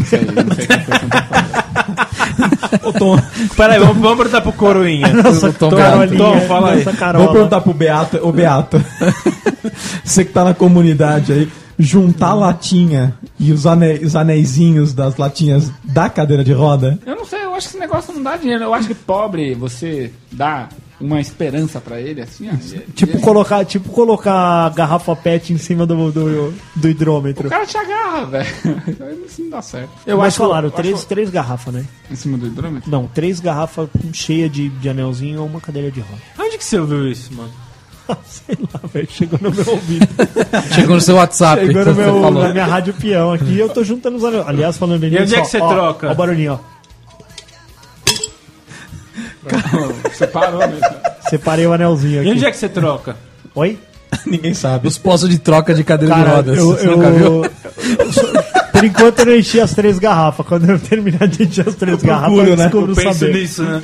B: sei, não sei quem foi Santa Clara.
A: Ô, Tom,
H: Peraí, vamos, vamos perguntar pro Coroinha.
F: Nossa, Tom Beato.
H: Tom, fala aí.
D: Nossa
A: vou
D: Carola.
A: perguntar pro Beato, ô Beato. Você que tá na comunidade aí, juntar latinha e os, ane, os anéisinhos das latinhas da cadeira de roda.
B: Eu não sei, eu acho que esse negócio não dá dinheiro. Eu acho que pobre, você dá uma esperança pra ele, assim, ó.
D: Tipo colocar, tipo colocar a garrafa PET em cima do, do, do
B: O
D: hidrômetro.
B: cara te agarra, velho. Aí Isso não dá certo. Eu
D: Mas
B: acho que-
D: falaram,
B: eu
D: três,
B: acho
D: três garrafas, né?
B: que- Em cima do hidrômetro?
D: Não, três garrafas cheias de, de anelzinho ou uma cadeira de roda.
H: Onde que você ouviu isso, mano?
D: Sei lá, velho, chegou no meu ouvido.
F: Chegou no seu WhatsApp. então,
D: Pegou
F: você
D: no meu-
F: falou.
D: na minha rádio peão aqui e eu tô juntando os anel. Aliás, falando nisso.
H: onde é que
D: ó,
H: você
D: ó,
H: troca?
D: Ó o barulhinho, ó.
B: Você parou né? mesmo.
D: Separei o anelzinho
H: E
D: aqui.
H: onde é que você troca?
D: Oi?
A: Ninguém sabe.
F: Os postos de troca de cadeira de
D: Cara,
F: rodas.
D: eu,
F: Você nunca viu?
D: eu- eu sou- Por enquanto eu não enchi as três garrafas. Quando eu terminar de encher as três garrafas, eu
A: né?
D: descubro
H: Penso
D: saber.
H: nisso, né?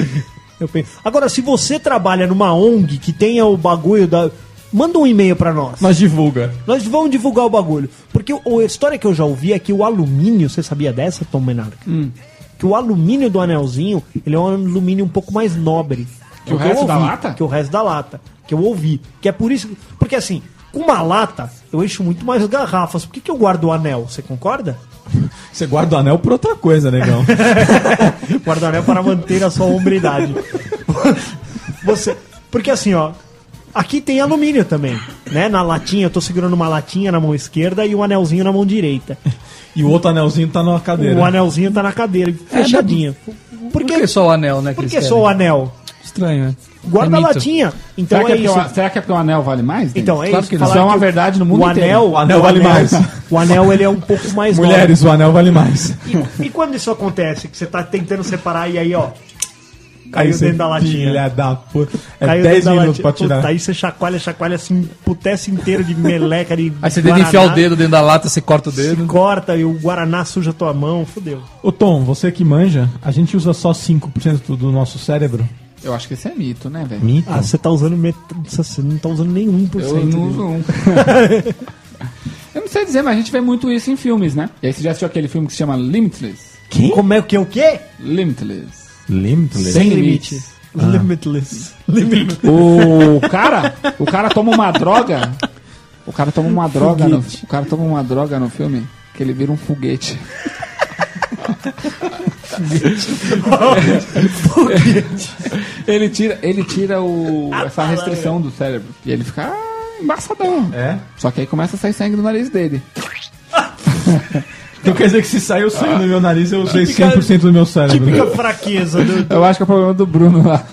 D: Eu penso. Agora, se você trabalha numa ONG que tenha o bagulho da. Manda um e-mail pra nós.
A: Mas divulga.
D: Nós vamos divulgar o bagulho. Porque o- a história que eu já ouvi é que o alumínio, você sabia dessa, Tom Menarca?
B: Hum.
D: Que o alumínio do anelzinho, ele é um alumínio um pouco mais nobre.
B: Que o
D: É
B: resto
D: eu
B: da
D: ouvi,
B: lata?
D: Que o resto da lata. Que eu ouvi. Que é por isso. que- Porque assim, com uma lata, eu encho muito mais garrafas. Por que, que eu guardo o anel? Você concorda?
A: Você guarda o anel por outra coisa, negão.
D: Eu guardo o anel para manter a sua hombridade. Você. Porque assim, ó. Aqui tem alumínio também, né? Na latinha, eu tô segurando uma latinha na mão esquerda e um anelzinho na mão direita.
A: E o outro anelzinho tá na cadeira.
D: O anelzinho tá na cadeira, fechadinho. Por
F: Por que
D: que,
F: só o anel, né?
D: por
F: eles
D: que
F: É, querem?
D: só o anel?
F: Estranho, né?
D: Guarda
F: É
D: a
F: mito.
D: latinha. Então
B: será, que
D: é
B: é porque
D: isso.
B: o- será que é porque o anel vale mais? Denis?
D: Então é
F: Claro
D: isso.
F: que não.
D: falar
B: Isso é uma
D: o-
B: verdade no mundo
D: o
B: inteiro.
D: anel, é
A: O anel vale mais.
D: O anel ele é um pouco mais
A: Mulheres, o anel vale mais.
D: nobre. E quando isso acontece, que você tá tentando separar e aí, ó,
A: Aí
D: caiu
A: você-
D: dentro da latinha.
A: Filha da puta. É
D: Caiu
A: 10
D: dentro da
A: minutos
D: latinha.
A: pra
D: Puta,
A: tirar.
D: aí você chacoalha, chacoalha assim, putece inteiro de meleca de
F: Aí você tenta
D: guaraná,
F: enfiar o dedo dentro da lata, você corta o dedo.
D: Corta e o Guaraná suja tua mão, fodeu.
A: Ô Tom, você que manja, a gente usa só 5% do nosso cérebro.
B: Eu acho que esse é mito, né, velho?
A: Mito.
D: Ah, você tá usando metade. Você não tá usando nenhum por
B: Eu
D: cento.
B: não uso um. Eu não sei dizer, mas a gente vê muito isso em filmes, né? E aí você já assistiu aquele filme que se chama Limitless?
D: Como é que é o quê?
B: Limitless.
A: Limitless.
B: Sem Ah.
D: limite. Limitless. Limitless.
B: O cara, o cara toma uma droga. O cara toma uma droga no, o cara toma uma droga no filme que ele vira um foguete. ele tira, ele tira o, essa restrição
D: né?
B: do cérebro e ele fica ah, embaçadão.
A: É?
B: Só que aí começa a sair sangue do nariz dele.
A: Então quer dizer que se saiu sangue do meu nariz, eu usei 100% do meu cérebro.
D: Típica fraqueza do.
B: Eu acho que é o problema do Bruno lá.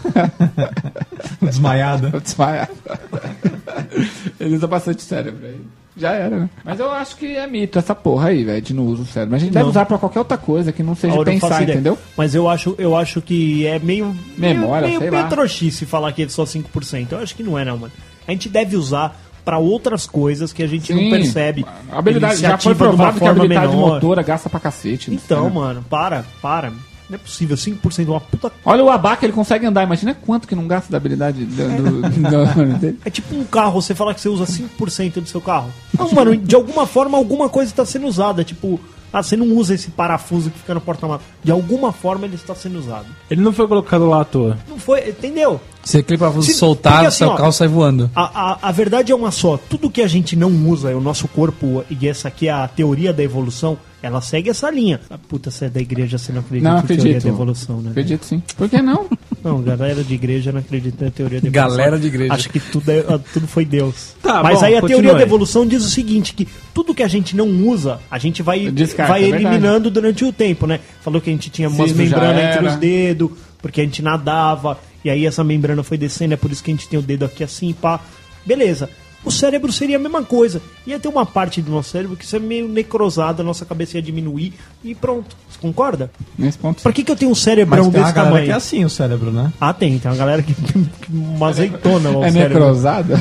A: Desmaiada.
B: Eu desmaio. Ele usa bastante cérebro aí. Já era, né? Mas eu acho que é mito essa porra aí, velho, de não uso o cérebro. Mas a gente deve usar pra qualquer outra coisa que não seja
D: Aura, eu faço
B: pensar,
D: ideia.
B: entendeu?
D: Mas eu acho, eu acho que é meio.
B: Memória,
D: meio, meio,
B: sei
D: meio
B: lá.
D: trouxice falar que é só 5%. Eu acho que não é, não, mano. A gente deve usar pra outras coisas que a gente não
B: Sim.
D: percebe.
B: A habilidade,
D: Ele se
B: já foi
D: ativa de uma
B: provado que a
D: forma
B: habilidade
D: menor.
B: motora gasta pra cacete.
D: Então,
B: né?
D: mano, para, para. Não é possível, 5% é uma puta.
B: Olha o abaca, ele consegue andar. Imagina quanto que não gasta da habilidade do, do- do- dele.
D: É tipo um carro, você falar que você usa 5% do seu carro. Não, mano, de alguma forma alguma coisa está sendo usada. Tipo, ah, você não usa esse parafuso que fica no porta-malas. De alguma forma ele está sendo usado.
E: Ele não foi colocado lá à toa.
D: Não foi, entendeu?
F: Você clica pra
D: Se-
F: soltar,
D: porque assim,
F: seu
D: ó,
F: carro sai voando.
D: A, a, a verdade é uma só. Tudo que a gente não usa, é o nosso corpo, e essa aqui é a teoria da evolução, ela segue essa linha. Ah, puta, você é da igreja, você não acredita
B: Não,
D: em teoria
B: acredito.
D: da evolução, né?
B: Acredito sim. Por que não?
D: Não, galera de igreja não acredita na teoria da evolução.
F: Galera de igreja.
D: Acho que tudo, é- tudo foi Deus.
H: Tá,
D: Mas
H: bom,
D: aí a
H: continue.
D: teoria da evolução diz o seguinte, que tudo que a gente não usa, a gente vai,
B: Descarta,
D: vai
B: é verdade.
D: eliminando durante o tempo, né? Falou que a gente tinha umas
B: Cismo já
D: membranas entre
B: era.
D: os dedos, porque a gente nadava, e aí essa membrana foi descendo, é por isso que a gente tem o dedo aqui assim, pá. Beleza. O cérebro seria a mesma coisa. Ia ter uma parte do nosso cérebro que isso é meio necrosada, a nossa cabeça ia diminuir e pronto. Você concorda?
B: Nesse ponto.
D: Pra que, que eu tenho um cérebrão
A: tem uma
D: desse
A: galera que
D: tamanho?
A: é assim o cérebro, né?
D: Ah, tem. Tem uma galera que, que, que uma azeitona lá, o
B: É
D: cérebro.
B: necrosada?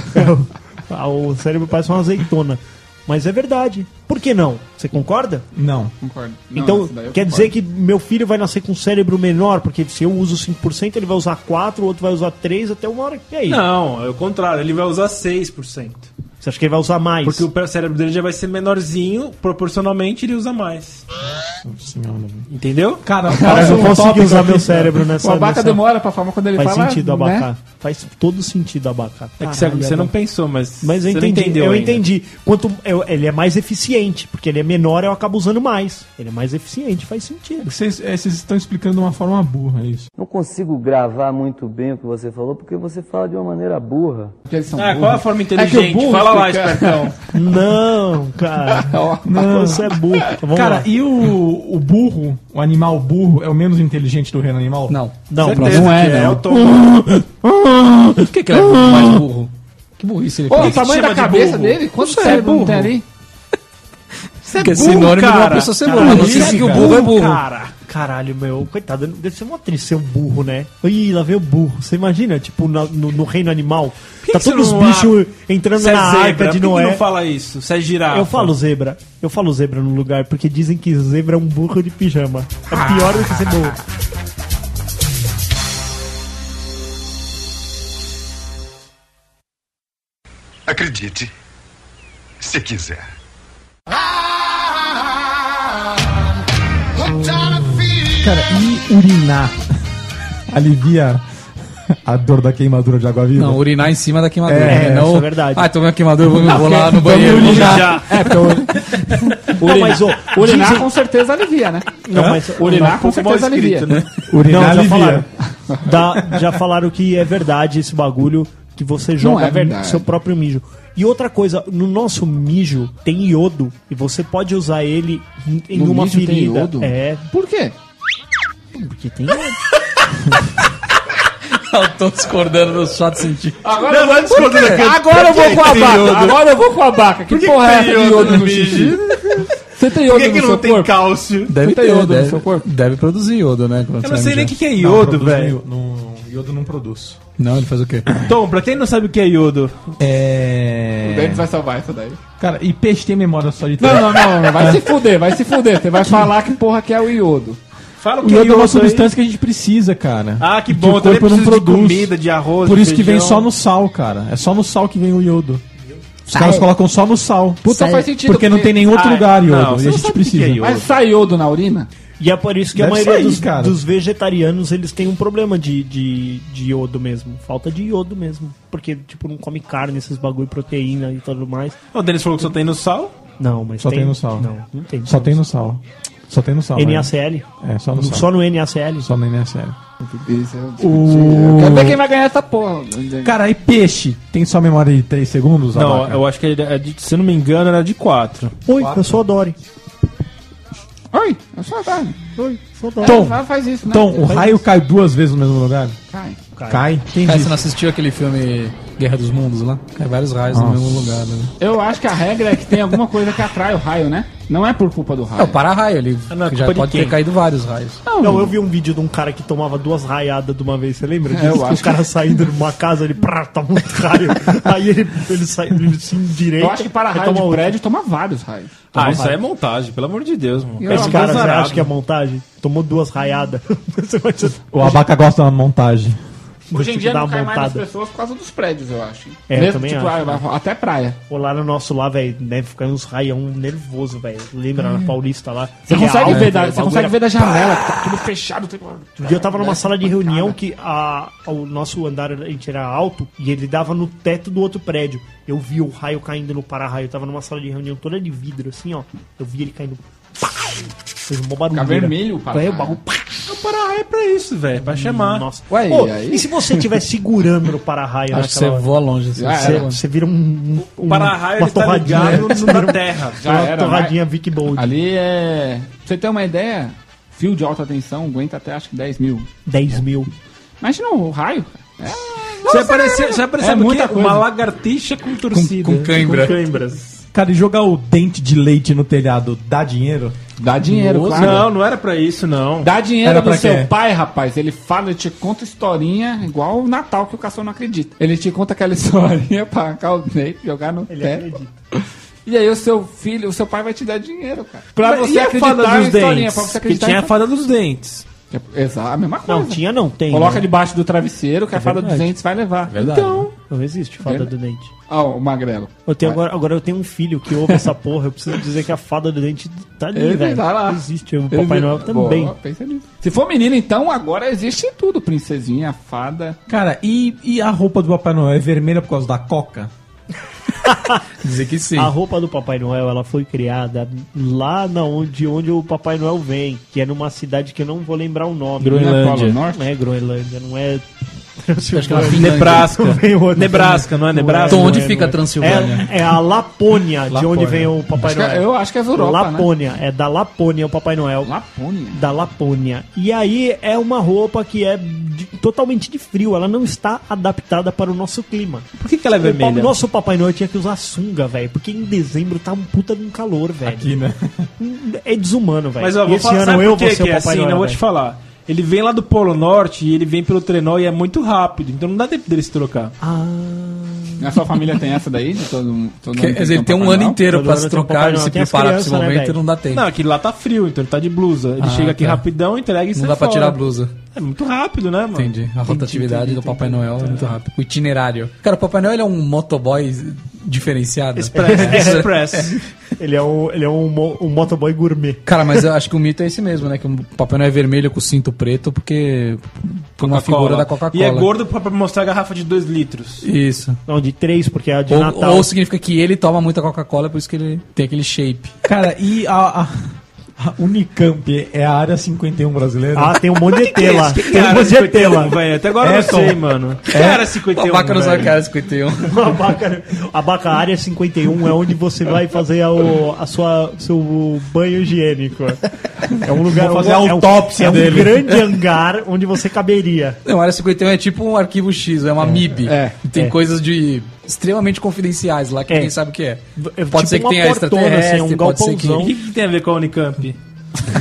D: Ah, o cérebro parece uma azeitona. Mas é verdade. Por que não? Você concorda?
A: Não.
B: Concordo.
D: então, quer dizer que meu filho vai nascer com um cérebro menor, porque se eu uso 5%, ele vai usar 4, o outro vai usar 3, até uma hora que aí.
H: Não, é o contrário, ele vai usar 6%.
D: Você acha que ele vai usar mais?
H: Porque o cérebro dele já vai ser menorzinho, proporcionalmente ele usa mais. Entendeu?
A: Cara,
D: Cara, eu
H: um
A: posso-
D: não consegui usar meu cérebro nessa
B: O abaca
D: nessa-
B: demora pra falar quando ele
D: Faz
B: fala.
D: sentido
B: né?
D: abacar. Faz todo sentido abacar.
H: É que você,
D: Caralho,
H: você não
D: abacar.
H: pensou, mas,
D: Mas eu
H: você
D: entendi.
H: não entendeu
D: eu
H: ainda.
D: entendi. Quanto eu- ele é mais eficiente, porque ele é menor, eu acabo usando mais. Ele é mais eficiente, faz sentido.
A: Vocês, é, vocês estão explicando de uma forma burra é isso.
J: Não consigo gravar muito bem o que você falou, porque você fala de uma maneira burra.
B: Porque eles são
H: Ah,
B: burros.
H: qual é a forma inteligente?
B: burro
H: Fala lá,
B: explica-
H: espertão.
D: Não, cara. Não. Você é burro. Vamos
A: cara,
D: lá.
A: e o, o burro, o animal burro, é o menos inteligente do reino animal?
F: Não.
D: Não, né?
F: Certeza
D: pronto.
F: que
H: que
F: é,
H: é
F: não.
H: o tom.
F: Por que, que ele é mais burro? Que burrice ele
B: Pô, o
F: faz.
B: tamanho
H: chama
B: da
H: de
B: cabeça
H: burro?
B: dele? Quanto
F: Você é
B: cérebro não
F: burro.
B: tem ali?
F: Porque é
H: burro,
F: sinônimo de uma
H: cara.
F: pessoa ser
D: Caralho,
F: burra. Não
D: isso
F: significa que o
A: cara.
F: burro é burro.
D: Cara, caralho, meu. Coitado, deve ser uma triste ser um burro, né? Ih, lá veio o burro. Você imagina, tipo, na- no, no reino animal.
H: que
D: tá
H: que você
D: todos os
H: não
D: bichos entrando
H: Você é
D: na arca
H: zebra, por
D: de
H: que, que
D: Noé.
H: não fala isso? Você é girafa.
D: Eu falo zebra. Eu falo zebra no lugar, porque dizem que zebra é um burro de pijama. É pior do que ser burro.
G: Acredite, se quiser.
A: Cara, e urinar? Alivia a dor da queimadura de água-viva?
F: Não, urinar em cima da queimadura.
A: É,
F: né? não...
D: isso é verdade.
F: Ah, tomei uma queimadura, vou, vou lá no banheiro.
B: Vamos
F: vou lá.
B: urinar.
F: É, porque eu-
D: Não, mas, ô,
B: Urinar
D: dizem-
B: com certeza alivia, né?
D: Não, mas,
B: Urinar com né? certeza alivia.
D: não,
A: Urinar
D: já
A: alivia.
D: falaram. Da- já falaram que é verdade esse bagulho que você joga
B: é verdade.
D: seu próprio mijo. E outra coisa, no nosso mijo tem iodo e você pode usar ele em, em
B: No
D: uma
B: mijo tem
D: ferida.
B: iodo?
D: É,
B: Por quê?
D: porque tem iodo.
F: eu tô discordando dos fatos científicos.
B: Agora, não, agora eu vou com a abaca. Agora eu vou com a abaca. Que, porra é essa de iodo no xixi? Você tem iodo no seu corpo?
H: cálcio?
F: Deve
B: Não tem
F: ter,
B: iodo no
F: deve,
B: seu corpo?
F: deve produzir iodo, né?
H: Eu não sei nem o que, que é
A: Não,
H: iodo,
A: produz
H: velho.
A: no- no- Iodo não produz.
F: Não, ele faz o quê?
H: Tom, pra quem não sabe o que é iodo,
B: O Denis
A: É.
B: vai salvar isso daí.
A: Cara, e peixe tem memória só de
B: Não, não, não, não. Vai se fuder, vai se fuder. Você vai falar que porra que é o iodo.
H: fala o
A: O
H: que é
A: iodo é
H: iodo.
A: uma
H: aí.
A: substância que a gente precisa, cara.
H: Ah, que
A: E
H: bom,
A: o
H: eu também
A: corpo não
H: preciso de
A: produz.
H: comida, de arroz.
A: Por
H: de
A: isso que vem
H: feijão.
A: só no sal, cara. É só no sal que vem o iodo. Os caras colocam só no sal.
B: Puta, faz sentido.
A: Porque não tem nenhum outro
H: Ah,
A: lugar iodo. e a
H: não, você não
A: gente
H: sabe o que que é
A: precisa.
H: iodo.
B: Mas sai iodo na urina?
D: E é por isso que a
A: Deve
D: maioria
A: sair,
D: dos,
A: cara.
D: dos vegetarianos eles têm um problema de, de, de iodo mesmo. Falta de iodo mesmo. Porque, tipo, não come carne, esses bagulho, proteína e tudo mais.
H: O Denis falou que só tem no sal.
D: Não, mas
A: Só tem no sal.
D: Não, não tem.
A: Só tem no sal. Só tem no sal. né?
D: NaCl?
A: É, só no sal.
D: Só no NaCl?
A: Só no NaCl.
B: Isso, eu discuti. Eu Quero ver quem vai ganhar essa porra.
A: Cara, e peixe? Tem só memória de 3 segundos?
H: Não,
A: abaca?
H: eu acho que, é de- se eu não me engano, era de 4.
D: Oi, eu sou a Dory.
B: Oi, é eu sou a Dani.
D: Oi, sou a Dory.
A: Tom,
B: Ela faz isso, né?
A: Tom, Então, o raio cai duas vezes no mesmo lugar?
B: Cai.
A: Cai? Quem
F: Cara,
A: disse?
F: você não assistiu aquele filme Guerra dos Mundos lá? Cai vários raios no mesmo lugar. Né?
B: Eu acho que a regra é que tem alguma coisa que atrai o raio, né? Não é por culpa do
F: É o
B: raio.
F: para-raio, ele
H: não, é
F: já
H: culpa de
F: pode ter
H: quem?
F: caído vários raios.
D: Não, eu vi um vídeo de um cara que tomava duas raiadas de uma vez, você lembra disso?
B: É, eu
D: Que
B: acho
D: O cara saindo de uma casa, ele prá, toma um raio. aí ele, ele sai, ele se endireita.
B: Eu acho que para
D: aí
B: raio
D: toma um
B: de
D: outro.
B: prédio toma vários raios.
H: Ah, isso aí é montagem, pelo amor de Deus, mano.
B: Eu
H: É
D: Esse
H: um
D: cara, você
H: azarado.
D: acha que é montagem? Tomou duas raiadas. Você vai ser-
A: O abaca gosta da montagem.
D: vou
B: Hoje
D: te
B: em dia
D: dar
B: não
D: uma
B: cai mais
D: montada.
B: nas pessoas por causa dos prédios, eu acho.
D: É, eu
B: Mesmo,
D: também
B: tipo,
D: acho.
B: ah, até praia.
D: Pô, lá no nosso lá, velho, deve ficar uns raião nervoso, velho. Lembra na Paulista lá?
B: Hum. Você consegue, ver, da,
D: velho,
B: você
D: bagulho
B: consegue
D: é
B: ver da janela, que tá tudo fechado. Tem...
D: Um dia eu tava numa sala de reunião que a, o nosso andar a gente era alto e ele dava no teto do outro prédio. Eu vi o raio caindo no para-raio. Eu tava numa sala de reunião toda de vidro, assim, ó. Eu vi ele caindo. Fez um bom barulho.
B: Fica vermelho o
D: É,
B: para-raio.
D: o bagulho.
H: O para-raio é pra isso, velho, pra chamar.
D: Nossa.
B: Ué, é
D: Pô,
B: e aí?
D: e se você estiver segurando no para-raio
H: Ah,
F: Acho que
H: tá
F: você
D: naquela hora?
F: voa longe. Assim,
B: Já
F: você-
B: era.
D: Você vira um. um
H: O para-raio
D: uma
H: ele tá
D: torradinha.
H: ligado no- na terra.
B: Já
D: uma
B: era, né?
D: torradinha Vic Bold.
B: Ali é. Pra você ter uma ideia, fio de alta tensão aguenta até acho que 10 mil.
D: 10 mil.
B: Imagina o raio, cara.
H: Você vai parecer, você vai parecer
B: É
H: sabe o
B: muita
H: quê?
B: coisa.
H: uma lagartixa com torcida.
F: com cãibra.
H: Com cãibras.
A: Cara, e jogar o dente de leite no telhado dá dinheiro?
B: Dá dinheiro,
H: Nossa,
B: claro.
H: Não, não era pra isso, não.
B: Dá
A: Era
B: dinheiro
A: pra
B: pro seu
A: quê?
B: pai, rapaz. Ele fala, te conta historinha, igual o Natal que o caçador não acredita. Ele te conta aquela historinha pra caldeir, jogar no pé. E aí o seu filho, o seu pai vai te dar dinheiro, cara. Pra
H: Mas
B: você
H: e a fada
B: acreditar em
H: dos
B: historinha,
H: dentes?
B: pra você
H: que
B: acreditar
H: tinha
B: em
H: a fada dos dentes.
B: É, Exato, a mesma coisa.
D: Não, tinha não, tem.
B: Coloca
D: né?
B: debaixo do travesseiro que a fada dos
D: verdade.
B: dentes vai levar.
F: Verdade.
B: Então,
D: Não existe fada do dente.
B: ó, o magrelo.
D: Eu tenho
B: Vai.
D: agora, agora eu tenho um filho que ouve essa porra, eu preciso dizer que a fada do dente tá ali,
B: Ele
D: velho.
B: vai lá.
D: Não existe, o
B: Ele-
D: Papai Noel também.
B: Boa, pensa nisso. Se for menino, então agora existe tudo: princesinha, fada.
A: Cara, e, e a roupa do Papai Noel é vermelha por causa da coca?
F: Dizer que sim.
D: A roupa do Papai Noel, ela foi criada lá na onde, onde o Papai Noel vem, que é numa cidade que eu não vou lembrar o nome.
B: Não é Polo
H: Groenlândia.
B: Norte?
D: Não é Groenlândia, não é...
F: Acho que ela fica-
H: Nebraska.
D: Vem outro.
H: Nebraska, não é Nebraska?
F: Então, onde
D: é,
F: fica a
D: não é.
F: Transilvânia?
D: É, é a Lapônia, de onde vem o Papai
B: Acho que-
D: Noel.
B: eu acho que é Europa,
D: Lapônia, é da Lapônia o Papai Noel.
B: né? Lapônia.
D: da Lapônia. E aí é uma roupa que é de- totalmente de frio, ela não está adaptada para o nosso clima.
H: Por que, que ela é
D: O pa-
H: vermelha?
D: nosso Papai Noel tinha que usar sunga, velho, porque em dezembro tá um puta de um calor, velho.
A: Aqui, né?
D: É desumano, velho.
H: Mas ó, vou
D: Esse
H: falar,
D: ano
H: sabe
D: eu
H: por
D: vou
H: que
D: ser o
H: que é
D: Papai
H: assim?
D: Noel.
H: não vou
D: velho.
H: te falar. Ele vem lá do Polo Norte e ele vem pelo trenó e é muito rápido, então não dá tempo dele se trocar.
B: Na sua família tem essa daí? De todo, mundo- todo mundo
F: Quer dizer, ele tem um
B: Papai
F: ano
B: Noel?
F: inteiro
D: Todo
F: pra
D: ano
F: se
D: tem um Papai
F: trocar,
D: Noel.
F: se
D: Tem as
F: preparar pra esse
D: crianças, né,
F: momento e
D: velho?
F: então não dá tempo.
H: Não, aquele lá tá frio, então ele tá de blusa. Ele
F: Ah,
H: chega aqui
F: tá.
H: rapidão, entrega e
F: Não
H: sai
F: dá pra
H: fora.
F: tirar a blusa.
H: É muito rápido, né, mano?
F: Entendi. A rotatividade do Papai Noel é muito rápida. O itinerário. Cara, o Papai Noel ele é um motoboy diferenciado. é-
H: Express. Express.
D: Ele é um, ele é um, mo- um motoboy gourmet.
F: Cara, mas eu acho que o mito é esse mesmo, né? Que o Papai Noel é vermelho com cinto preto porque por uma figura da Coca-Cola.
H: E é gordo pra pra mostrar a garrafa de 2 litros.
F: Isso.
D: Não, de três, porque é a de
F: Ou,
D: Natal.
F: ou significa que ele toma muita Coca-Cola, por isso que ele tem aquele shape.
A: Cara, e a, a, a Unicamp é a área 51 brasileira?
D: Ah, tem um monte de
H: é
D: tela. Tem um monte de tela. É,
H: velho. Até agora eu não
A: Edson.
H: sei, mano. Que era 51,
F: a vaca É? não
H: velho?
F: sabe cara 51.
D: A Baca, a Baca Área 51 é onde você vai fazer a, o- a sua seu banho higiênico. É um lugar
A: Vou fazer a
D: é um-
A: autópsia
D: é um,
A: dele.
D: grande hangar onde você caberia.
F: Não, a área 51 é tipo um arquivo X, é uma MIB.
B: é,
F: E tem
D: é.
F: coisas de extremamente confidenciais lá que
D: É.
F: ninguém sabe o que é.
D: É tipo
F: Pode ser que
D: uma
F: tenha
D: portona,
F: extraterrestre,
D: assim, um
F: pode ser que.
H: E o que, que tem a ver com a Unicamp?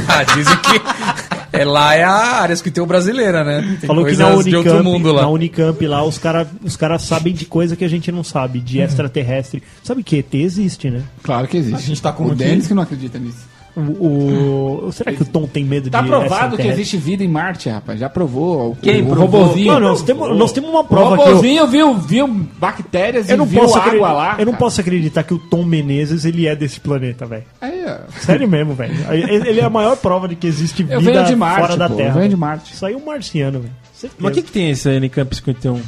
F: Ah, dizem que é lá é a área 51 brasileira, né? Tem
D: Falou que
F: coisas
D: na
F: de outro
D: Unicamp,
F: mundo lá.
D: na Unicamp lá os caras os cara sabem de coisa que a gente não sabe, de extraterrestre. Sabe que ET existe, né?
B: Claro que existe.
A: A gente tá com
B: o
A: aqui.
B: Denis que não acredita nisso.
D: O, o- será que o Tom tem medo
B: Tá
D: de
B: provado que
D: extraterrestre?
B: existe um vida em Marte, rapaz. Já provou. O,
H: Quem
B: o
H: provou?
B: robozinho.
D: Mano, nós temos, nós temos uma
B: o
D: prova que eu-
B: robozinho viu, viu bactérias
D: Eu
B: e
D: não,
B: viu
D: posso
B: água
D: acreditar,
B: lá.
D: eu não
B: cara.
D: posso acreditar que o Tom Menezes ele é desse planeta, velho.
B: Aí, ó.
D: Sério mesmo, velho. Ele ele é a maior prova de que existe vida
B: Eu venho de Marte.
D: fora da
B: pô,
D: Terra.
B: Eu venho de
D: velho.
B: Marte.
D: Isso aí é um marciano, velho. Certeza.
H: Mas o que, que tem esse Unicamp 51?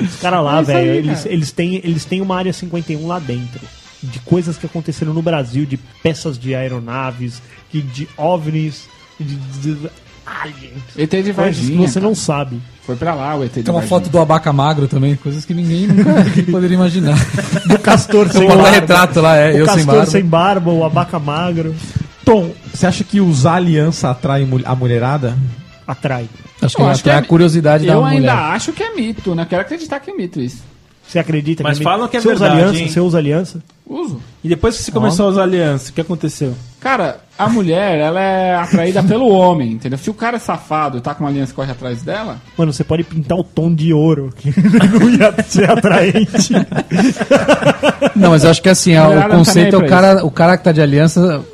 D: Os caras lá,
B: É isso aí,
D: velho, eles,
B: cara.
D: eles, têm, eles têm uma área 51 lá dentro. De coisas que aconteceram no Brasil, de peças de aeronaves, que- de ovnis, de, de, de aliens.
B: ET de
D: Coisas que
B: Varginha.
D: você não sabe.
B: Foi pra lá o ET de
F: Tem uma
B: Varginha.
F: foto do abaca magro também, coisas que ninguém nunca poderia imaginar.
D: Do Castor sem
F: Tem um retrato lá, é
D: O
F: eu
D: Castor
F: sem barba.
D: o Abaca Magro.
A: Tom, você acha que usar aliança atrai mul- a mulherada?
D: Atrai.
F: Acho que
B: Eu
F: é
B: acho que
F: até a
B: é-
F: curiosidade da
B: Eu ainda
F: mulher.
B: acho que é mito, né? Quero acreditar que é mito isso.
D: Você acredita
H: Mas
D: que
H: falam que é
D: você usa
H: verdade,
D: aliança?
H: hein?
D: Você usa aliança?
B: Uso.
H: E depois que você começou a usar aliança, o que aconteceu?
B: Cara, a mulher, ela é atraída pelo homem, entendeu? Se o cara é safado e tá com uma aliança que corre atrás dela,
D: Mano, você pode pintar o tom de ouro, que não ia ser atraente.
F: Não, mas eu acho que assim, a-
B: Mulherada
F: o
B: não tá
F: conceito é
B: nem
F: o
B: aí pra
F: cara, o cara que tá de aliança,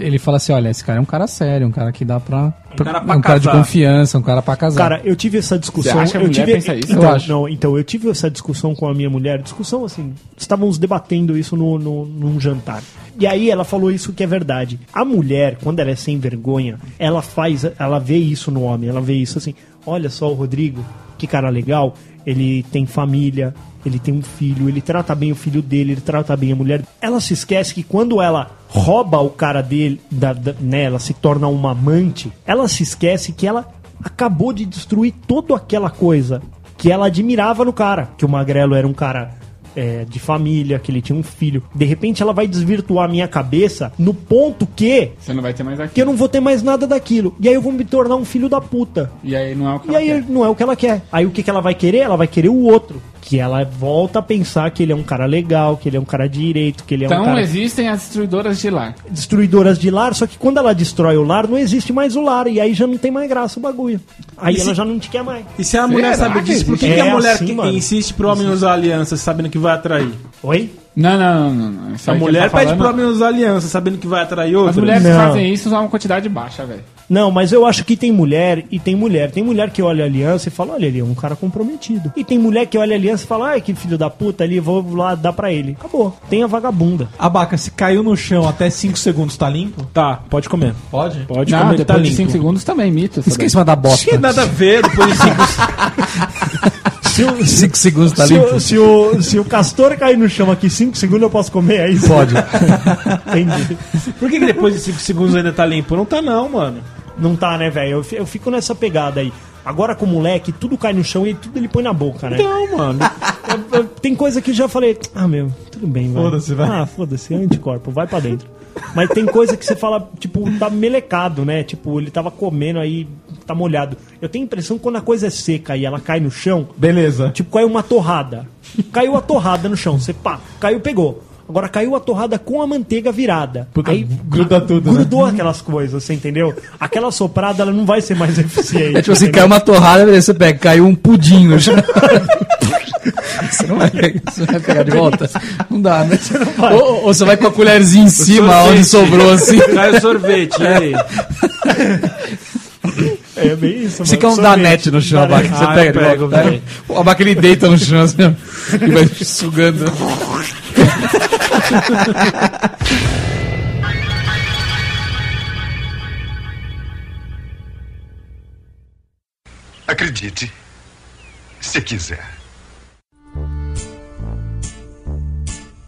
F: ele fala assim, olha, esse cara é um cara sério, um cara que dá pra... pra-
H: cara pra
F: um cara de
H: casar.
F: confiança, um cara pra casar.
D: Cara, eu tive essa discussão.
B: Você acha que a
D: eu
B: mulher
D: tive,
B: pensa isso?
D: Então,
F: Eu acho.
D: Não, então, eu tive essa discussão com a minha mulher. Discussão assim, estávamos debatendo isso no, no- num jantar. E aí ela falou isso que é verdade. A mulher, quando ela é sem vergonha, ela faz. Ela vê isso no homem, ela vê isso assim. Olha só o Rodrigo, que cara legal. Ele tem família, ele tem um filho, ele trata bem o filho dele, ele trata bem a mulher. Ela se esquece que quando ela rouba o cara dele, da, da, né, ela se torna uma amante, ela se esquece que ela acabou de destruir toda aquela coisa que ela admirava no cara. Que o Magrelo era um cara é, de família, que ele tinha um filho. De repente ela vai desvirtuar a minha cabeça no ponto que
B: Você não vai ter mais
D: que eu
B: aquilo.
D: não vou ter mais nada daquilo. E aí eu vou me tornar um filho da puta.
B: E aí não é o que
D: E
B: ela
D: aí
B: quer.
D: não é o que ela quer. Aí o que, que ela vai querer? Ela vai querer o outro. Que ela volta a pensar que ele é um cara legal, que ele é um cara direito, que ele é
B: Então
D: um cara
B: existem as destruidoras de lar.
D: destruidoras de lar, só que quando ela destrói o lar, não existe mais o lar. E aí já não tem mais graça o bagulho. Aí
H: E se-
D: ela já não te quer mais.
H: E se é a mulher
B: Será
H: sabe
B: que
H: disso, por que,
D: existe?
H: que
D: É
H: a mulher
D: assim,
H: que-
D: mano.
H: insiste pro homem usar aliança sabendo que vai atrair?
D: Oi?
B: Não, não, não, não. não. Isso
H: A
B: aí que
H: mulher
B: ele tá
H: pede
B: falando-
H: pro homem usar aliança sabendo que vai atrair outra?
B: As mulheres que
D: Não.
B: fazem isso usam uma quantidade baixa, velho.
D: Não, mas eu acho que tem mulher e tem mulher. Tem mulher que olha a aliança e fala, olha ali, é um cara comprometido. E tem mulher que olha a aliança e fala, ai, que filho da puta ali, vou lá dar pra ele. Acabou. Tem a vagabunda.
A: Abaca, se caiu no chão até 5 segundos, tá limpo?
E: Tá, pode comer.
A: Pode?
E: Pode
B: Não,
E: comer que
B: depois
E: tá
B: de 5
E: limpo.
B: segundos também, mito.
F: Isso que é em cima da
H: Acho que
F: bosta.
H: nada a ver, depois de cinco
D: Se o, se,
F: 5 segundos tá
D: se
F: limpo.
D: o, se, o, se o castor cair no chão aqui 5 segundos, eu posso comer? É isso?
F: Pode.
D: Entendi.
H: Por que, que depois de 5 segundos ainda tá limpo? Não tá não, mano.
D: Não tá, né, velho? Eu, fi- eu fico nessa pegada aí. Agora com o moleque, tudo cai no chão e tudo ele põe na boca, né?
H: Não, mano.
D: Eu- eu- tem coisa que eu já falei, ah, meu, tudo bem, vai.
A: Foda-se, vai.
D: Ah, foda-se, é anticorpo, vai pra dentro. Mas tem coisa que você fala, tipo, tá melecado, né? Tipo, ele tava comendo aí, tá molhado. Eu tenho a impressão que quando a coisa é seca e ela cai no chão,
A: Beleza.
D: tipo, caiu uma torrada. Caiu a torrada no chão, você pá, caiu, pegou. Agora caiu a torrada com a manteiga virada.
A: Puta,
D: aí
A: gruda tudo, né?
D: Grudou aquelas coisas, você entendeu? Aquela soprada, ela não vai ser mais eficiente.
F: É tipo assim,
D: entendeu?
F: caiu uma torrada, beleza, você pega, caiu um pudim no chão. Você não, vai, pegar- você não vai pegar de volta? Não dá, né? Ou, ou você vai com a colherzinha em cima,
H: sorvete.
F: onde sobrou assim.
H: Cai o sorvete, e aí?
D: É bem isso,
F: Você
D: mano.
F: quer uns
D: Sorvete.
F: danete no chão, abaca. Você
H: Ah,
F: pega
H: eu
F: de
H: pego,
F: volta. tá?
H: velho.
F: O abaca ele deita no chão assim, ó, e vai sugando.
G: Acredite, se quiser.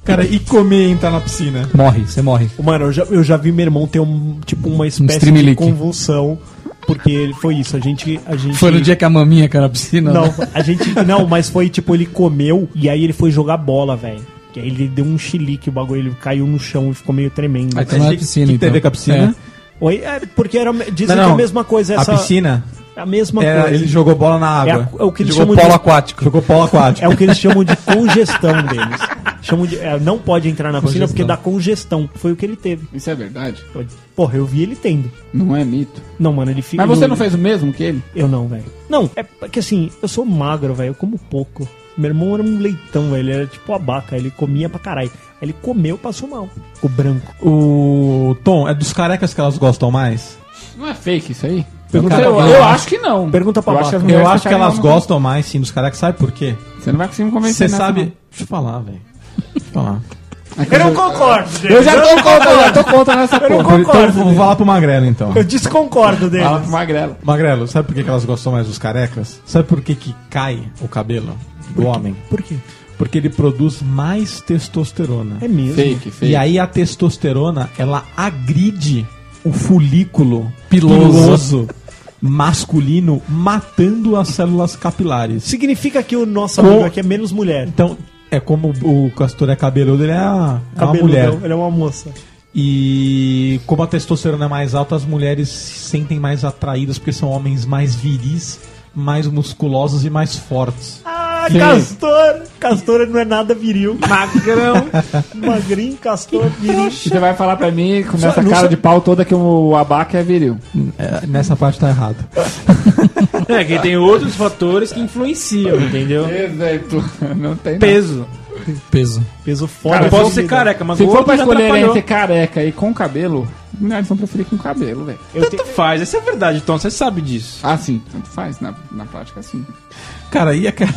A: Cara, e comer e entrar na piscina?
F: Morre, você morre.
D: Mano, eu já, eu já vi meu irmão ter um tipo uma espécie de
F: streamlink.
D: convulsão. Porque ele foi isso, a gente. A gente
F: Foi no dia que a maminha caiu na piscina?
D: Não,
F: né?
D: a gente. Não, mas foi tipo, ele comeu e aí ele foi jogar bola, velho. E aí ele deu um chilique, o bagulho, ele caiu no chão e ficou meio tremendo.
F: Aí tomou na
A: que-
F: piscina,
A: que
F: então.
A: teve com a piscina?
D: Oi, é, porque era, dizem
A: Não,
D: que é a
A: não.
D: mesma coisa, essa.
A: A piscina?
D: É a mesma
A: Era-
D: coisa.
A: ele jogou bola na
D: É, a-
A: água.
D: é o que eles
F: Jogou
D: chamam de
F: polo aquático.
A: Jogou polo aquático.
D: É o que eles chamam de congestão deles. Chamam de, é, não pode entrar na piscina porque dá congestão. Foi o que ele teve.
B: Isso é verdade?
D: Porra, eu vi ele tendo.
B: Não é mito.
D: Não, mano, ele fica.
B: Mas você não fez o mesmo que ele?
D: Eu não, velho. Não, é porque assim, eu sou magro, velho. Eu como pouco. Meu irmão era um leitão, velho. Ele era tipo abaca. Ele comia pra caralho. Aí Ele comeu, passou mal. Ficou branco.
A: O Tom, é dos carecas que elas gostam mais?
B: Não é fake isso aí? Eu,
D: Pergunta
B: eu,
D: pra
B: eu
D: Baca.
B: acho que não.
D: Pergunta pra
B: eu acho que
D: Baca.
B: as
A: Eu
B: mulheres
A: acho que
B: ficariam
A: elas
B: no-
A: gostam mais, sim, dos carecas. Sabe por quê?
B: Você não vai conseguir me
A: Você
B: convencer nessa, É
A: sabe...
B: não.
A: Deixa eu falar, velho. Deixa eu falar.
D: Eu não concordo dele.
B: Eu já tô contra, eu já tô contra nessa
D: Eu não
B: porra.
A: Então,
D: concordo.
A: eu vou
D: dele.
A: falar pro Magrelo, então.
D: Eu desconcordo dele.
B: Fala pro Magrela.
A: Magrelo, sabe por que que elas gostam mais dos carecas? Sabe por que que cai o cabelo do homem?
D: Por quê?
A: Porque ele produz mais testosterona.
D: É mesmo.
B: Fake, fake.
A: E aí a testosterona, ela agride o folículo
F: Piloso.
A: piloso masculino, matando as células capilares.
D: Significa que o nosso
A: Com-
D: amigo aqui é menos mulher.
A: Então, é como o castor é cabeludo, ele é uma, é uma
D: Cabeludão,
A: mulher.
D: Ele é uma moça.
A: E como a testosterona é mais alta, as mulheres se sentem mais atraídas porque são homens mais viris, mais musculosos e mais fortes.
D: Ah, Castor! Castor não é nada viril.
B: Magrão.
D: Magrinho, Castor, viril.
B: Você vai falar pra mim com
D: Só-
B: essa
D: não
B: cara
D: sou-
B: de pau toda que o abaca é viril.
A: É, nessa parte tá errado.
H: É, que tem outros fatores que influenciam, entendeu?
B: Exemplo. Não tem nada.
H: Peso.
F: É, Peso.
D: Peso foda.
H: Cara, eu posso ser
D: vida.
H: careca, mas
B: Se for
H: gordo
B: pra
H: já
B: escolher né?
H: atrapalhou.
B: entre careca e com cabelo, mulheres vão preferir com cabelo, velho.
D: Eu te-
H: Tanto faz, essa é a verdade, Tom, você sabe disso.
B: Ah, sim, tanto faz, na, na prática sim.
A: Cara, e aquele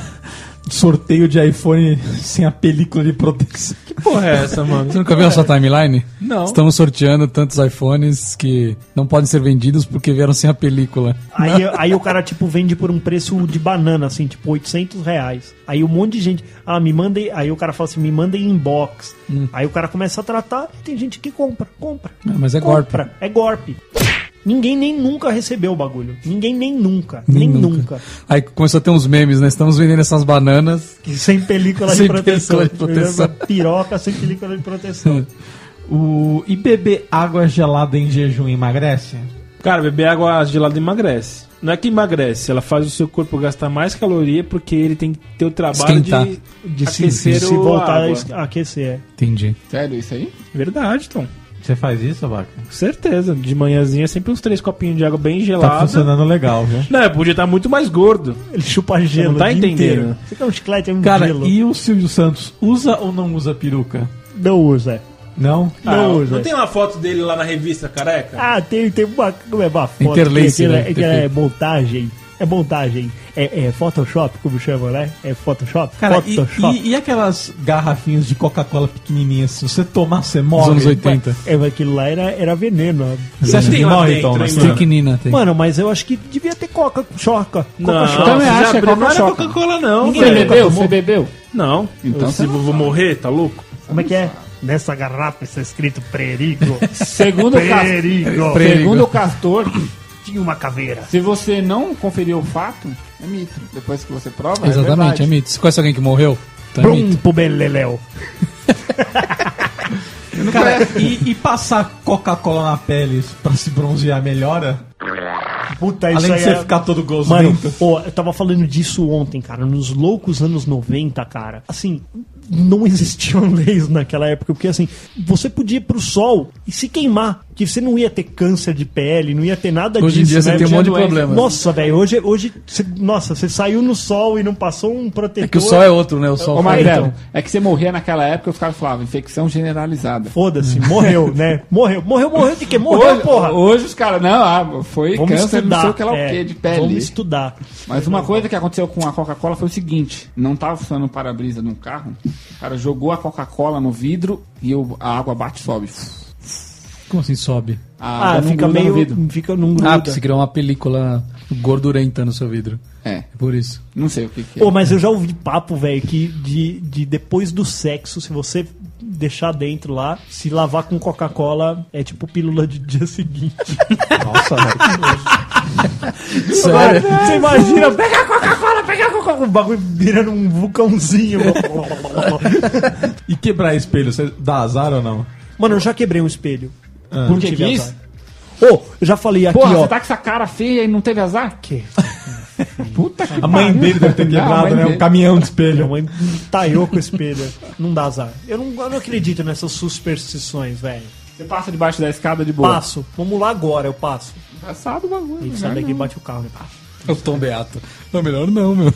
A: sorteio de iPhone sem a película de proteção?
H: Que porra é essa, mano?
F: Você nunca viu a sua timeline?
H: Não.
F: Estamos sorteando tantos iPhones que não podem ser vendidos porque vieram sem a película.
D: Aí, aí o cara, tipo, vende por um preço de banana, assim, tipo, 800 reais. Aí um monte de gente, ah, me mandem. Aí o cara fala assim, me mandem inbox.
F: Hum.
D: Aí o cara começa a tratar e tem gente que compra, compra.
F: Ah, mas é
D: compra. É golpe. Ninguém nem nunca recebeu o bagulho. Ninguém nem nunca. Nem,
F: Nem nunca.
D: nunca.
F: Aí começou a ter uns memes, né? Estamos vendendo essas bananas.
D: Que sem película de
F: Sem
D: proteção.
F: película de proteção.
D: Piroca sem película de proteção.
A: O... E beber água gelada em jejum emagrece?
H: Cara, beber é água gelada emagrece. Não é que emagrece, ela faz o seu corpo gastar mais caloria porque ele tem que ter o trabalho
F: Esquentar.
H: de,
D: De se,
H: aquecer
D: se
H: o
D: voltar a
H: água.
D: es- a aquecer. é.
F: Entendi.
B: Sério, isso aí?
H: Verdade, Tom.
A: Você faz isso, Abaca?
H: Com certeza. De manhãzinha é sempre uns três copinhos de água bem
A: Tá
H: gelada.
A: funcionando legal, viu?
H: não, eu podia estar muito mais gordo.
D: Ele chupa gelo
H: não tá
D: o dia
H: entendendo.
D: inteiro. Você quer um chiclete, é um
A: Cara,
D: gelo.
A: e o Silvio Santos usa ou não usa peruca?
D: Não usa.
A: Não?
D: Não
H: não
D: usa.
H: tem uma foto dele lá na revista careca?
D: Ah, tem, tem uma, como é, uma foto.
F: Interlace,
D: aquilo é-
F: né?
D: aquilo é montagem. É montagem. É, é Photoshop, como chama, né? É Photoshop?
A: Cara, e,
D: Photoshop.
A: e- e aquelas garrafinhas de Coca-Cola pequenininhas? Se você tomar, você
F: Nos
A: morre.
F: anos 80.
D: É, mas aquilo lá era, era veneno. ó.
A: Você acha
H: Tem
A: que
H: lá
A: morre,
H: dentro,
A: Tom?
H: hein,
A: mano?
F: Pequenina tem.
D: Mano, mas eu acho que devia ter coca, choca.
H: Não,
D: Coca-Choca.
B: Também
H: você já
B: acho, é
H: abriu, não era
B: Coca-Cola.
H: Coca-Cola, não.
B: Você
H: velho.
B: bebeu? Você bebeu?
H: Não.
B: Então
H: Então, se
B: você
H: eu vou morrer, tá louco?
D: Como é que é? Nessa garrafa está escrito Prerigo.
B: Segundo o Castor,
D: Prerigo.
F: Pre-
B: segundo o Castor,
D: Tinha uma caveira.
B: se você não conferiu o fato, é mito. Depois que você prova,
F: Exatamente, é,
B: é verdade.
F: mito. Você conhece alguém que morreu? Então é
D: Brum
F: mito.
D: pro Beleléu.
A: Cara, e, e passar Coca-Cola na pele pra se bronzear melhora?
D: Puta, isso
A: Além
D: aí
A: de você
D: é-
A: ficar todo
D: Mano,
A: gozento.
D: pô, eu tava falando disso ontem, cara. Nos loucos anos 90, cara. Assim, não existiam leis naquela época. Porque, assim, você podia ir pro sol e se queimar. Que você não ia ter câncer de pele, não ia ter nada
F: Hoje em
D: disso.
F: dia você
D: né?
F: tem um
D: Tinha
F: monte de
D: doença.
F: problemas.
D: Nossa, velho. Hoje, hoje você- nossa, você saiu no sol e não passou um protetor.
F: É que o sol é outro, né? O sol
B: Ô, Magrelo,
D: então.
B: é que você morria naquela época os caras falavam infecção generalizada.
D: Foda-se, morreu, né? Morreu, morreu, morreu de quê? Morreu, porra!
B: hoje os caras, não, ah, foi
D: Vamos
B: câncer,
D: estudar.
B: não sei o que lá
D: é,
B: o que, de pele.
D: Vamos estudar.
B: Mas uma coisa que aconteceu com a Coca-Cola foi o seguinte: não tava funcionando o para-brisa de um carro, o cara jogou a Coca-Cola no vidro e o- a água bate e sobe.
F: Como assim sobe?
B: A
D: Ah,
B: água não
D: fica
B: gruda
D: meio.
B: no vidro.
D: Fica num gruda.
F: Ah, porque você criou uma película gordurenta no seu vidro.
B: É,
F: É por isso.
B: não sei o que, que é.
D: Pô, mas eu já ouvi papo, velho, que de, de depois do sexo, se você deixar dentro lá, se lavar com Coca-Cola é tipo pílula de dia seguinte.
A: Nossa, velho.
F: Sério?
D: Você imagina, pega a Coca-Cola, pega a Coca-Cola, o bagulho virando um vulcãozinho.
A: E quebrar espelho, você dá azar ou não?
D: Mano, eu já quebrei um espelho.
B: Por que
D: tive
B: que isso?
D: azar. Ô, eu já falei aqui,
B: Porra,
D: ó.
B: você tá com essa cara feia e não teve azar?
D: Que?
B: Puta que
A: A mãe dele deve ter
B: Não, Ah, a
A: quebrado,
B: mãe
A: né? Um
B: dele.
A: caminhão de
D: Minha
A: espelho.
D: mãe taiou com o espelho. Não dá azar. Eu não, eu não acredito nessas superstições, velho.
B: Você passa debaixo da escada de boa.
D: Passo. Vamos lá agora, eu passo.
B: Passado o bagulho.
D: Ele
B: né?
D: sai daqui e bate o carro, né? Pá.
F: Eu Tom Beato. Não, melhor não, meu.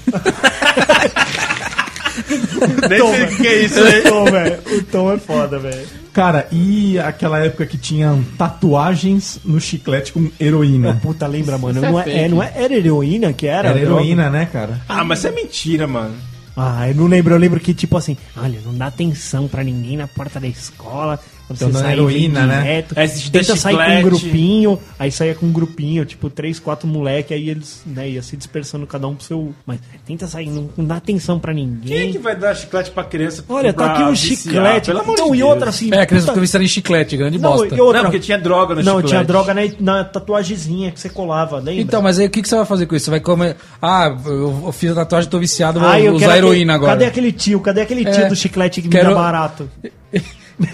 H: Nem sei o que é isso.
D: O Tom, velho. O Tom é foda, velho.
A: Cara, e aquela época que tinham tatuagens no chiclete com heroína?
D: Puta, lembra, mano.
B: Isso é
D: Não é,
B: fake.
D: é- não é, era heroína que era?
A: Era heroína, né, cara?
H: Ah, mas isso é mentira, mano.
D: Ah, eu não lembro. Eu lembro que, tipo assim, olha, não dá atenção pra ninguém na porta da escola. Quando
A: Então não é heroína,
D: vem
A: né?
D: direto.
H: É, se te
D: Tenta
H: dá
D: sair com um
H: chiclete.
D: grupinho. Aí saia com um grupinho, tipo, três, quatro moleque. Aí eles, né, ia se dispersando cada um pro seu... Mas tenta sair, não, não dá atenção pra
H: Quem
D: ninguém.
H: é que vai dar chiclete pra criança?
D: Olha, tá
H: pra
D: aqui um
H: viciar?
D: chiclete.
H: Pelo amor
D: Não,
H: de
D: e
H: Deus.
D: outra assim...
F: É, a criança
D: puta-
F: ficou viciada em chiclete, grande
D: Não,
F: bosta.
D: e outra...
H: Não, porque tinha droga no
D: Não,
H: chiclete.
D: tinha droga na, na tatuagemzinha que você colava, lembra?
F: Então, mas aí o que, que você vai fazer com isso? Você vai comer. Ah, eu eu fiz a tatuagem, tô viciado, vou
D: Ah, eu quero
F: usar heroína
D: aquele-
F: agora.
D: Cadê aquele tio? Cadê aquele tio
F: É,
D: do chiclete que me
F: quero-
D: dá barato?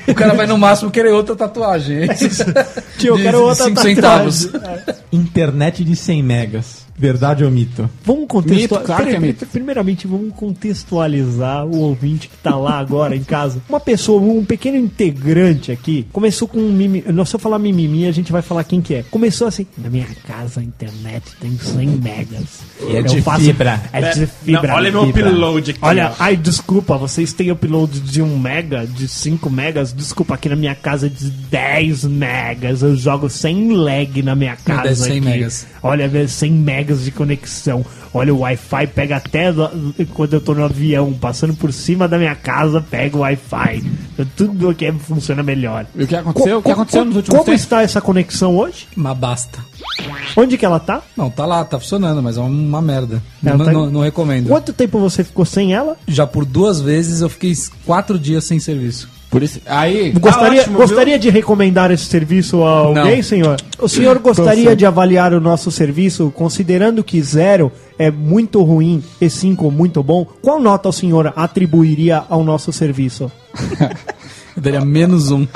F: O cara vai no máximo querer outra tatuagem. é isso?
D: Tio, eu
F: De
D: quero outra
F: cinco
D: tatuagem. É.
F: centavos.
A: Internet de 100 megas. Verdade ou mito?
D: Vamos
B: Mito, claro
D: contextualizar.
B: que é mito.
D: Primeiramente, vamos contextualizar o ouvinte que tá lá agora em casa. Uma pessoa, um pequeno integrante aqui, começou com um mimimi. Não, se eu falar mimimi, a gente vai falar quem que é. Começou assim: Na minha casa a internet tem 100 megas.
A: E é de fibra.
D: É de
H: É,
D: fibra.
H: não, olha meu
D: fibra.
H: upload aqui,
D: Olha,
H: ó.
D: ai, desculpa, vocês têm upload de 1 mega, de 5 megas. Desculpa, aqui na minha casa é de 10 megas. Eu jogo sem lag na minha casa.
F: 100
D: aqui.
F: megas.
D: Olha, velho, 100 megas de conexão. Olha, o Wi-Fi pega até lá- quando eu tô no avião, passando por cima da minha casa, pega o Wi-Fi. Então, Tudo aqui funciona melhor.
B: E o que aconteceu? o que
D: Co-
B: aconteceu
D: co-
B: nos últimos
D: Como
B: tempos?
D: está essa conexão hoje?
F: Mas basta.
D: Onde que ela tá?
F: Não, tá lá, tá funcionando, mas é uma merda.
D: Não,
F: Não,
D: tá-
F: não- não recomendo.
D: Quanto tempo você ficou sem ela?
F: Já por duas vezes eu fiquei quatro dias sem serviço.
B: Por isso. Aí.
D: Gostaria,
B: Tá ótimo,
D: gostaria de recomendar esse serviço a alguém,
B: Não.
D: senhor? O senhor gostaria de avaliar o nosso serviço, considerando que zero é muito ruim e cinco muito bom? Qual nota o senhor atribuiria ao nosso serviço?
F: Eu daria menos um.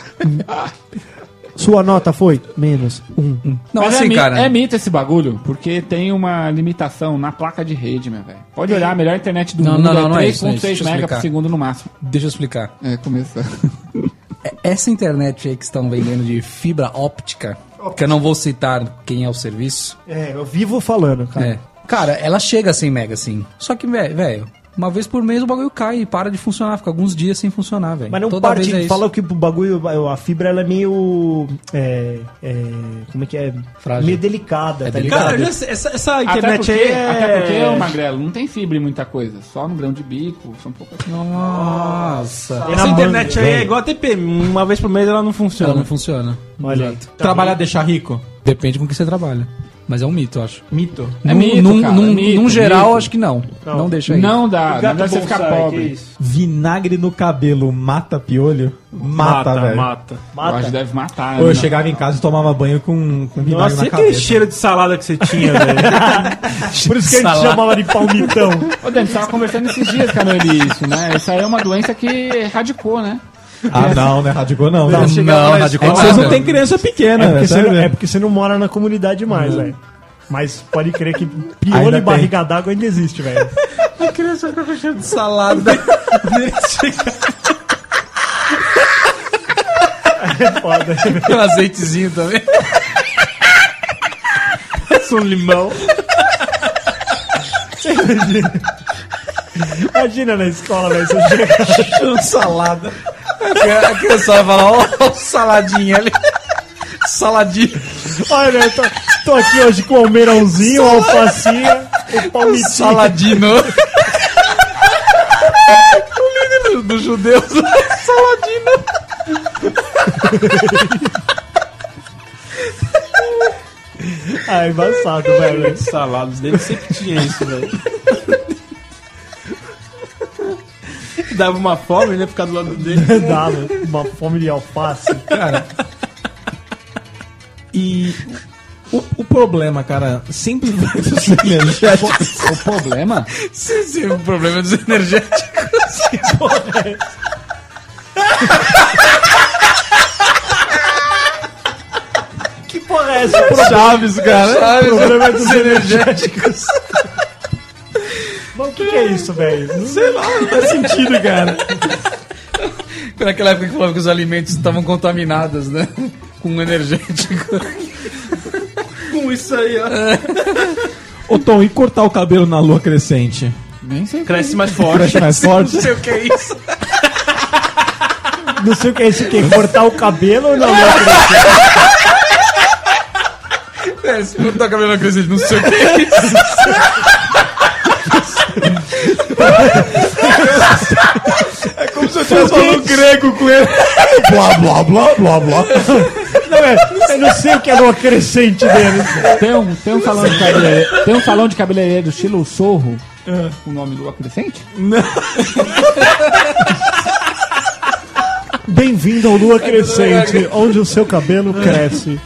D: Sua nota foi menos um.
F: Não,
B: Mas é,
F: assim,
B: mi-
F: cara.
B: é mito esse bagulho, porque tem uma limitação na placa de rede, meu velho. Pode olhar, a melhor internet do
F: Não,
B: mundo
F: não, não, não é isso, não é
B: 3.6
F: isso. Deixa eu
B: mega por
F: explicar.
B: segundo no máximo.
F: Deixa eu explicar.
B: É, começou.
F: É- Essa internet aí que estão vendendo de fibra óptica, que eu não vou citar quem é o serviço.
D: É, eu vivo falando, cara.
F: É. Cara, ela chega a 100 mega, sim. Só que, vé- velho, uma vez por mês o bagulho cai e para de funcionar. Fica alguns dias sem funcionar, velho.
D: Mas não
F: Toda
D: parte,
F: vez é isso.
D: fala que o bagulho, a fibra ela é meio. É, é, como é que é?
F: Frágil.
D: Meio delicada,
F: É
D: tá
F: delicada.
D: ligado?
A: Cara, já sei, essa, essa
B: Até
A: internet
B: porque,
A: aí é...
B: até porque, ô, Magrelo, não tem fibra em muita coisa. Só no grão de bico, são poucas.
F: é Nossa.
D: É na
H: Essa
D: manga,
H: internet aí
D: velho.
H: é igual a TP, uma vez por mês ela não
F: Ela não
H: funciona.
F: funciona.
D: Olha aí.
A: Tá Trabalhar deixar rico?
F: Depende com que você trabalha. Mas é um mito, eu acho.
A: Mito.
B: É
F: num,
B: mito,
F: num-
B: cara,
F: num-
B: é mito,
F: num geral,
B: mito.
F: acho que não. Não, deixa aí.
B: Não dá, não dá você
H: bonsai,
B: ficar
H: que
B: pobre.
H: isso?
A: Vinagre no cabelo mata piolho? Mata,
H: Mata,
A: velho.
H: mata.
B: Eu acho que deve matar.
A: Ou
B: né?
A: eu chegava em casa e tomava banho com, com vinagre
H: Nossa,
A: na
H: e aquele
A: cabeça.
H: cheiro de salada que você tinha, velho?
D: Por isso que a gente chama ela de palmitão.
B: Ô, Dani, você tava conversando esses dias, cara, isso, né? Isso aí é uma doença que erradicou, né?
A: Ah, não, né? Radicou não. não.
F: não, radical
A: É que vocês não têm criança pequena,
D: É
A: né?
D: porque, você
A: Sério
D: não, é
A: mesmo. Uhum.
D: porque você não mora na comunidade mais, velho. Mas pode crer que
A: Ainda
D: piolho e
A: tem.
D: barriga d'água ainda existe, velho.
F: salada.
D: Foda.
F: um azeitezinho também.
H: Um limão.
D: Imagina na escola, velho. Você chega
F: salada. É A criança vai falar, ó, ó, saladinha ali. Saladinha.
D: Olha, eu tô, tô aqui hoje com o almeirãozinho, a alfacinha, o palmitinho.
F: Saladino. o menino dos judeus. Saladino.
D: Ah, embaçado, velho.
H: Salados dele sempre tinha isso, velho. Dava uma fome, né? Ficar do lado dele.
D: Dá, velho. uma fome de alface.
A: E o, o problema, cara, sempre vai dos energéticos.
B: O problema
F: Sim, sim, o problema é dos energéticos.
D: Que porra é essa? Pro-
F: Chaves, cara. Chaves, o
D: problema é dos
F: energéticos.
D: Mas O que, que é isso, velho? Não sei lá, não faz sentido, cara.
F: Naquela época que falava que os alimentos estavam contaminados, né? Com um energético.
H: Com isso aí, ó.
A: Ô Tom, e cortar o cabelo na lua crescente?
B: nem sei.
H: Cresce mais forte.
A: Cresce mais forte?
F: Não sei o que é isso.
D: Não sei o que é isso, o quê? Cortar o cabelo ou não? não.
F: É, se eu botar cabelo na crescente, não sei o que é isso. É como se eu tivesse falando grego com ele.
I: Blá, blá, blá, blá, blá.
D: Não, é, eu não sei o que é lua crescente dele.
B: Tem um, tem um salão de cabeleireiro. Tem um salão de cabeleireiro estilo sorro. O nome do acrescente?
D: Bem-vindo ao Lua Crescente, onde o seu cabelo cresce.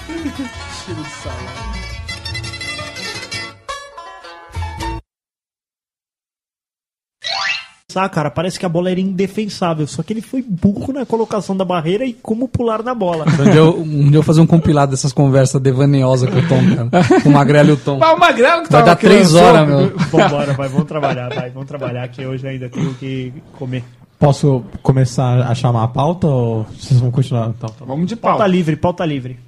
D: Ah, cara, parece que a bola era indefensável, só que ele foi burro na colocação da barreira e como pular na bola.
F: Um dia eu, um dia eu vou fazer um compilado dessas conversas devaneosas com o Tom, cara. Com o Magrelo e Tá o Tom.
B: Pá, o Magrão que
F: Vai
B: tava
F: dar
B: aqui
F: três
B: lançou.
F: horas, meu.
D: Vambora, vai, vamos trabalhar, vai, vamos trabalhar, que hoje ainda tenho que comer.
A: Posso começar a chamar a pauta ou vocês vão continuar? Então, tá bom.
B: Vamos de pau.
D: Pauta livre, pauta livre.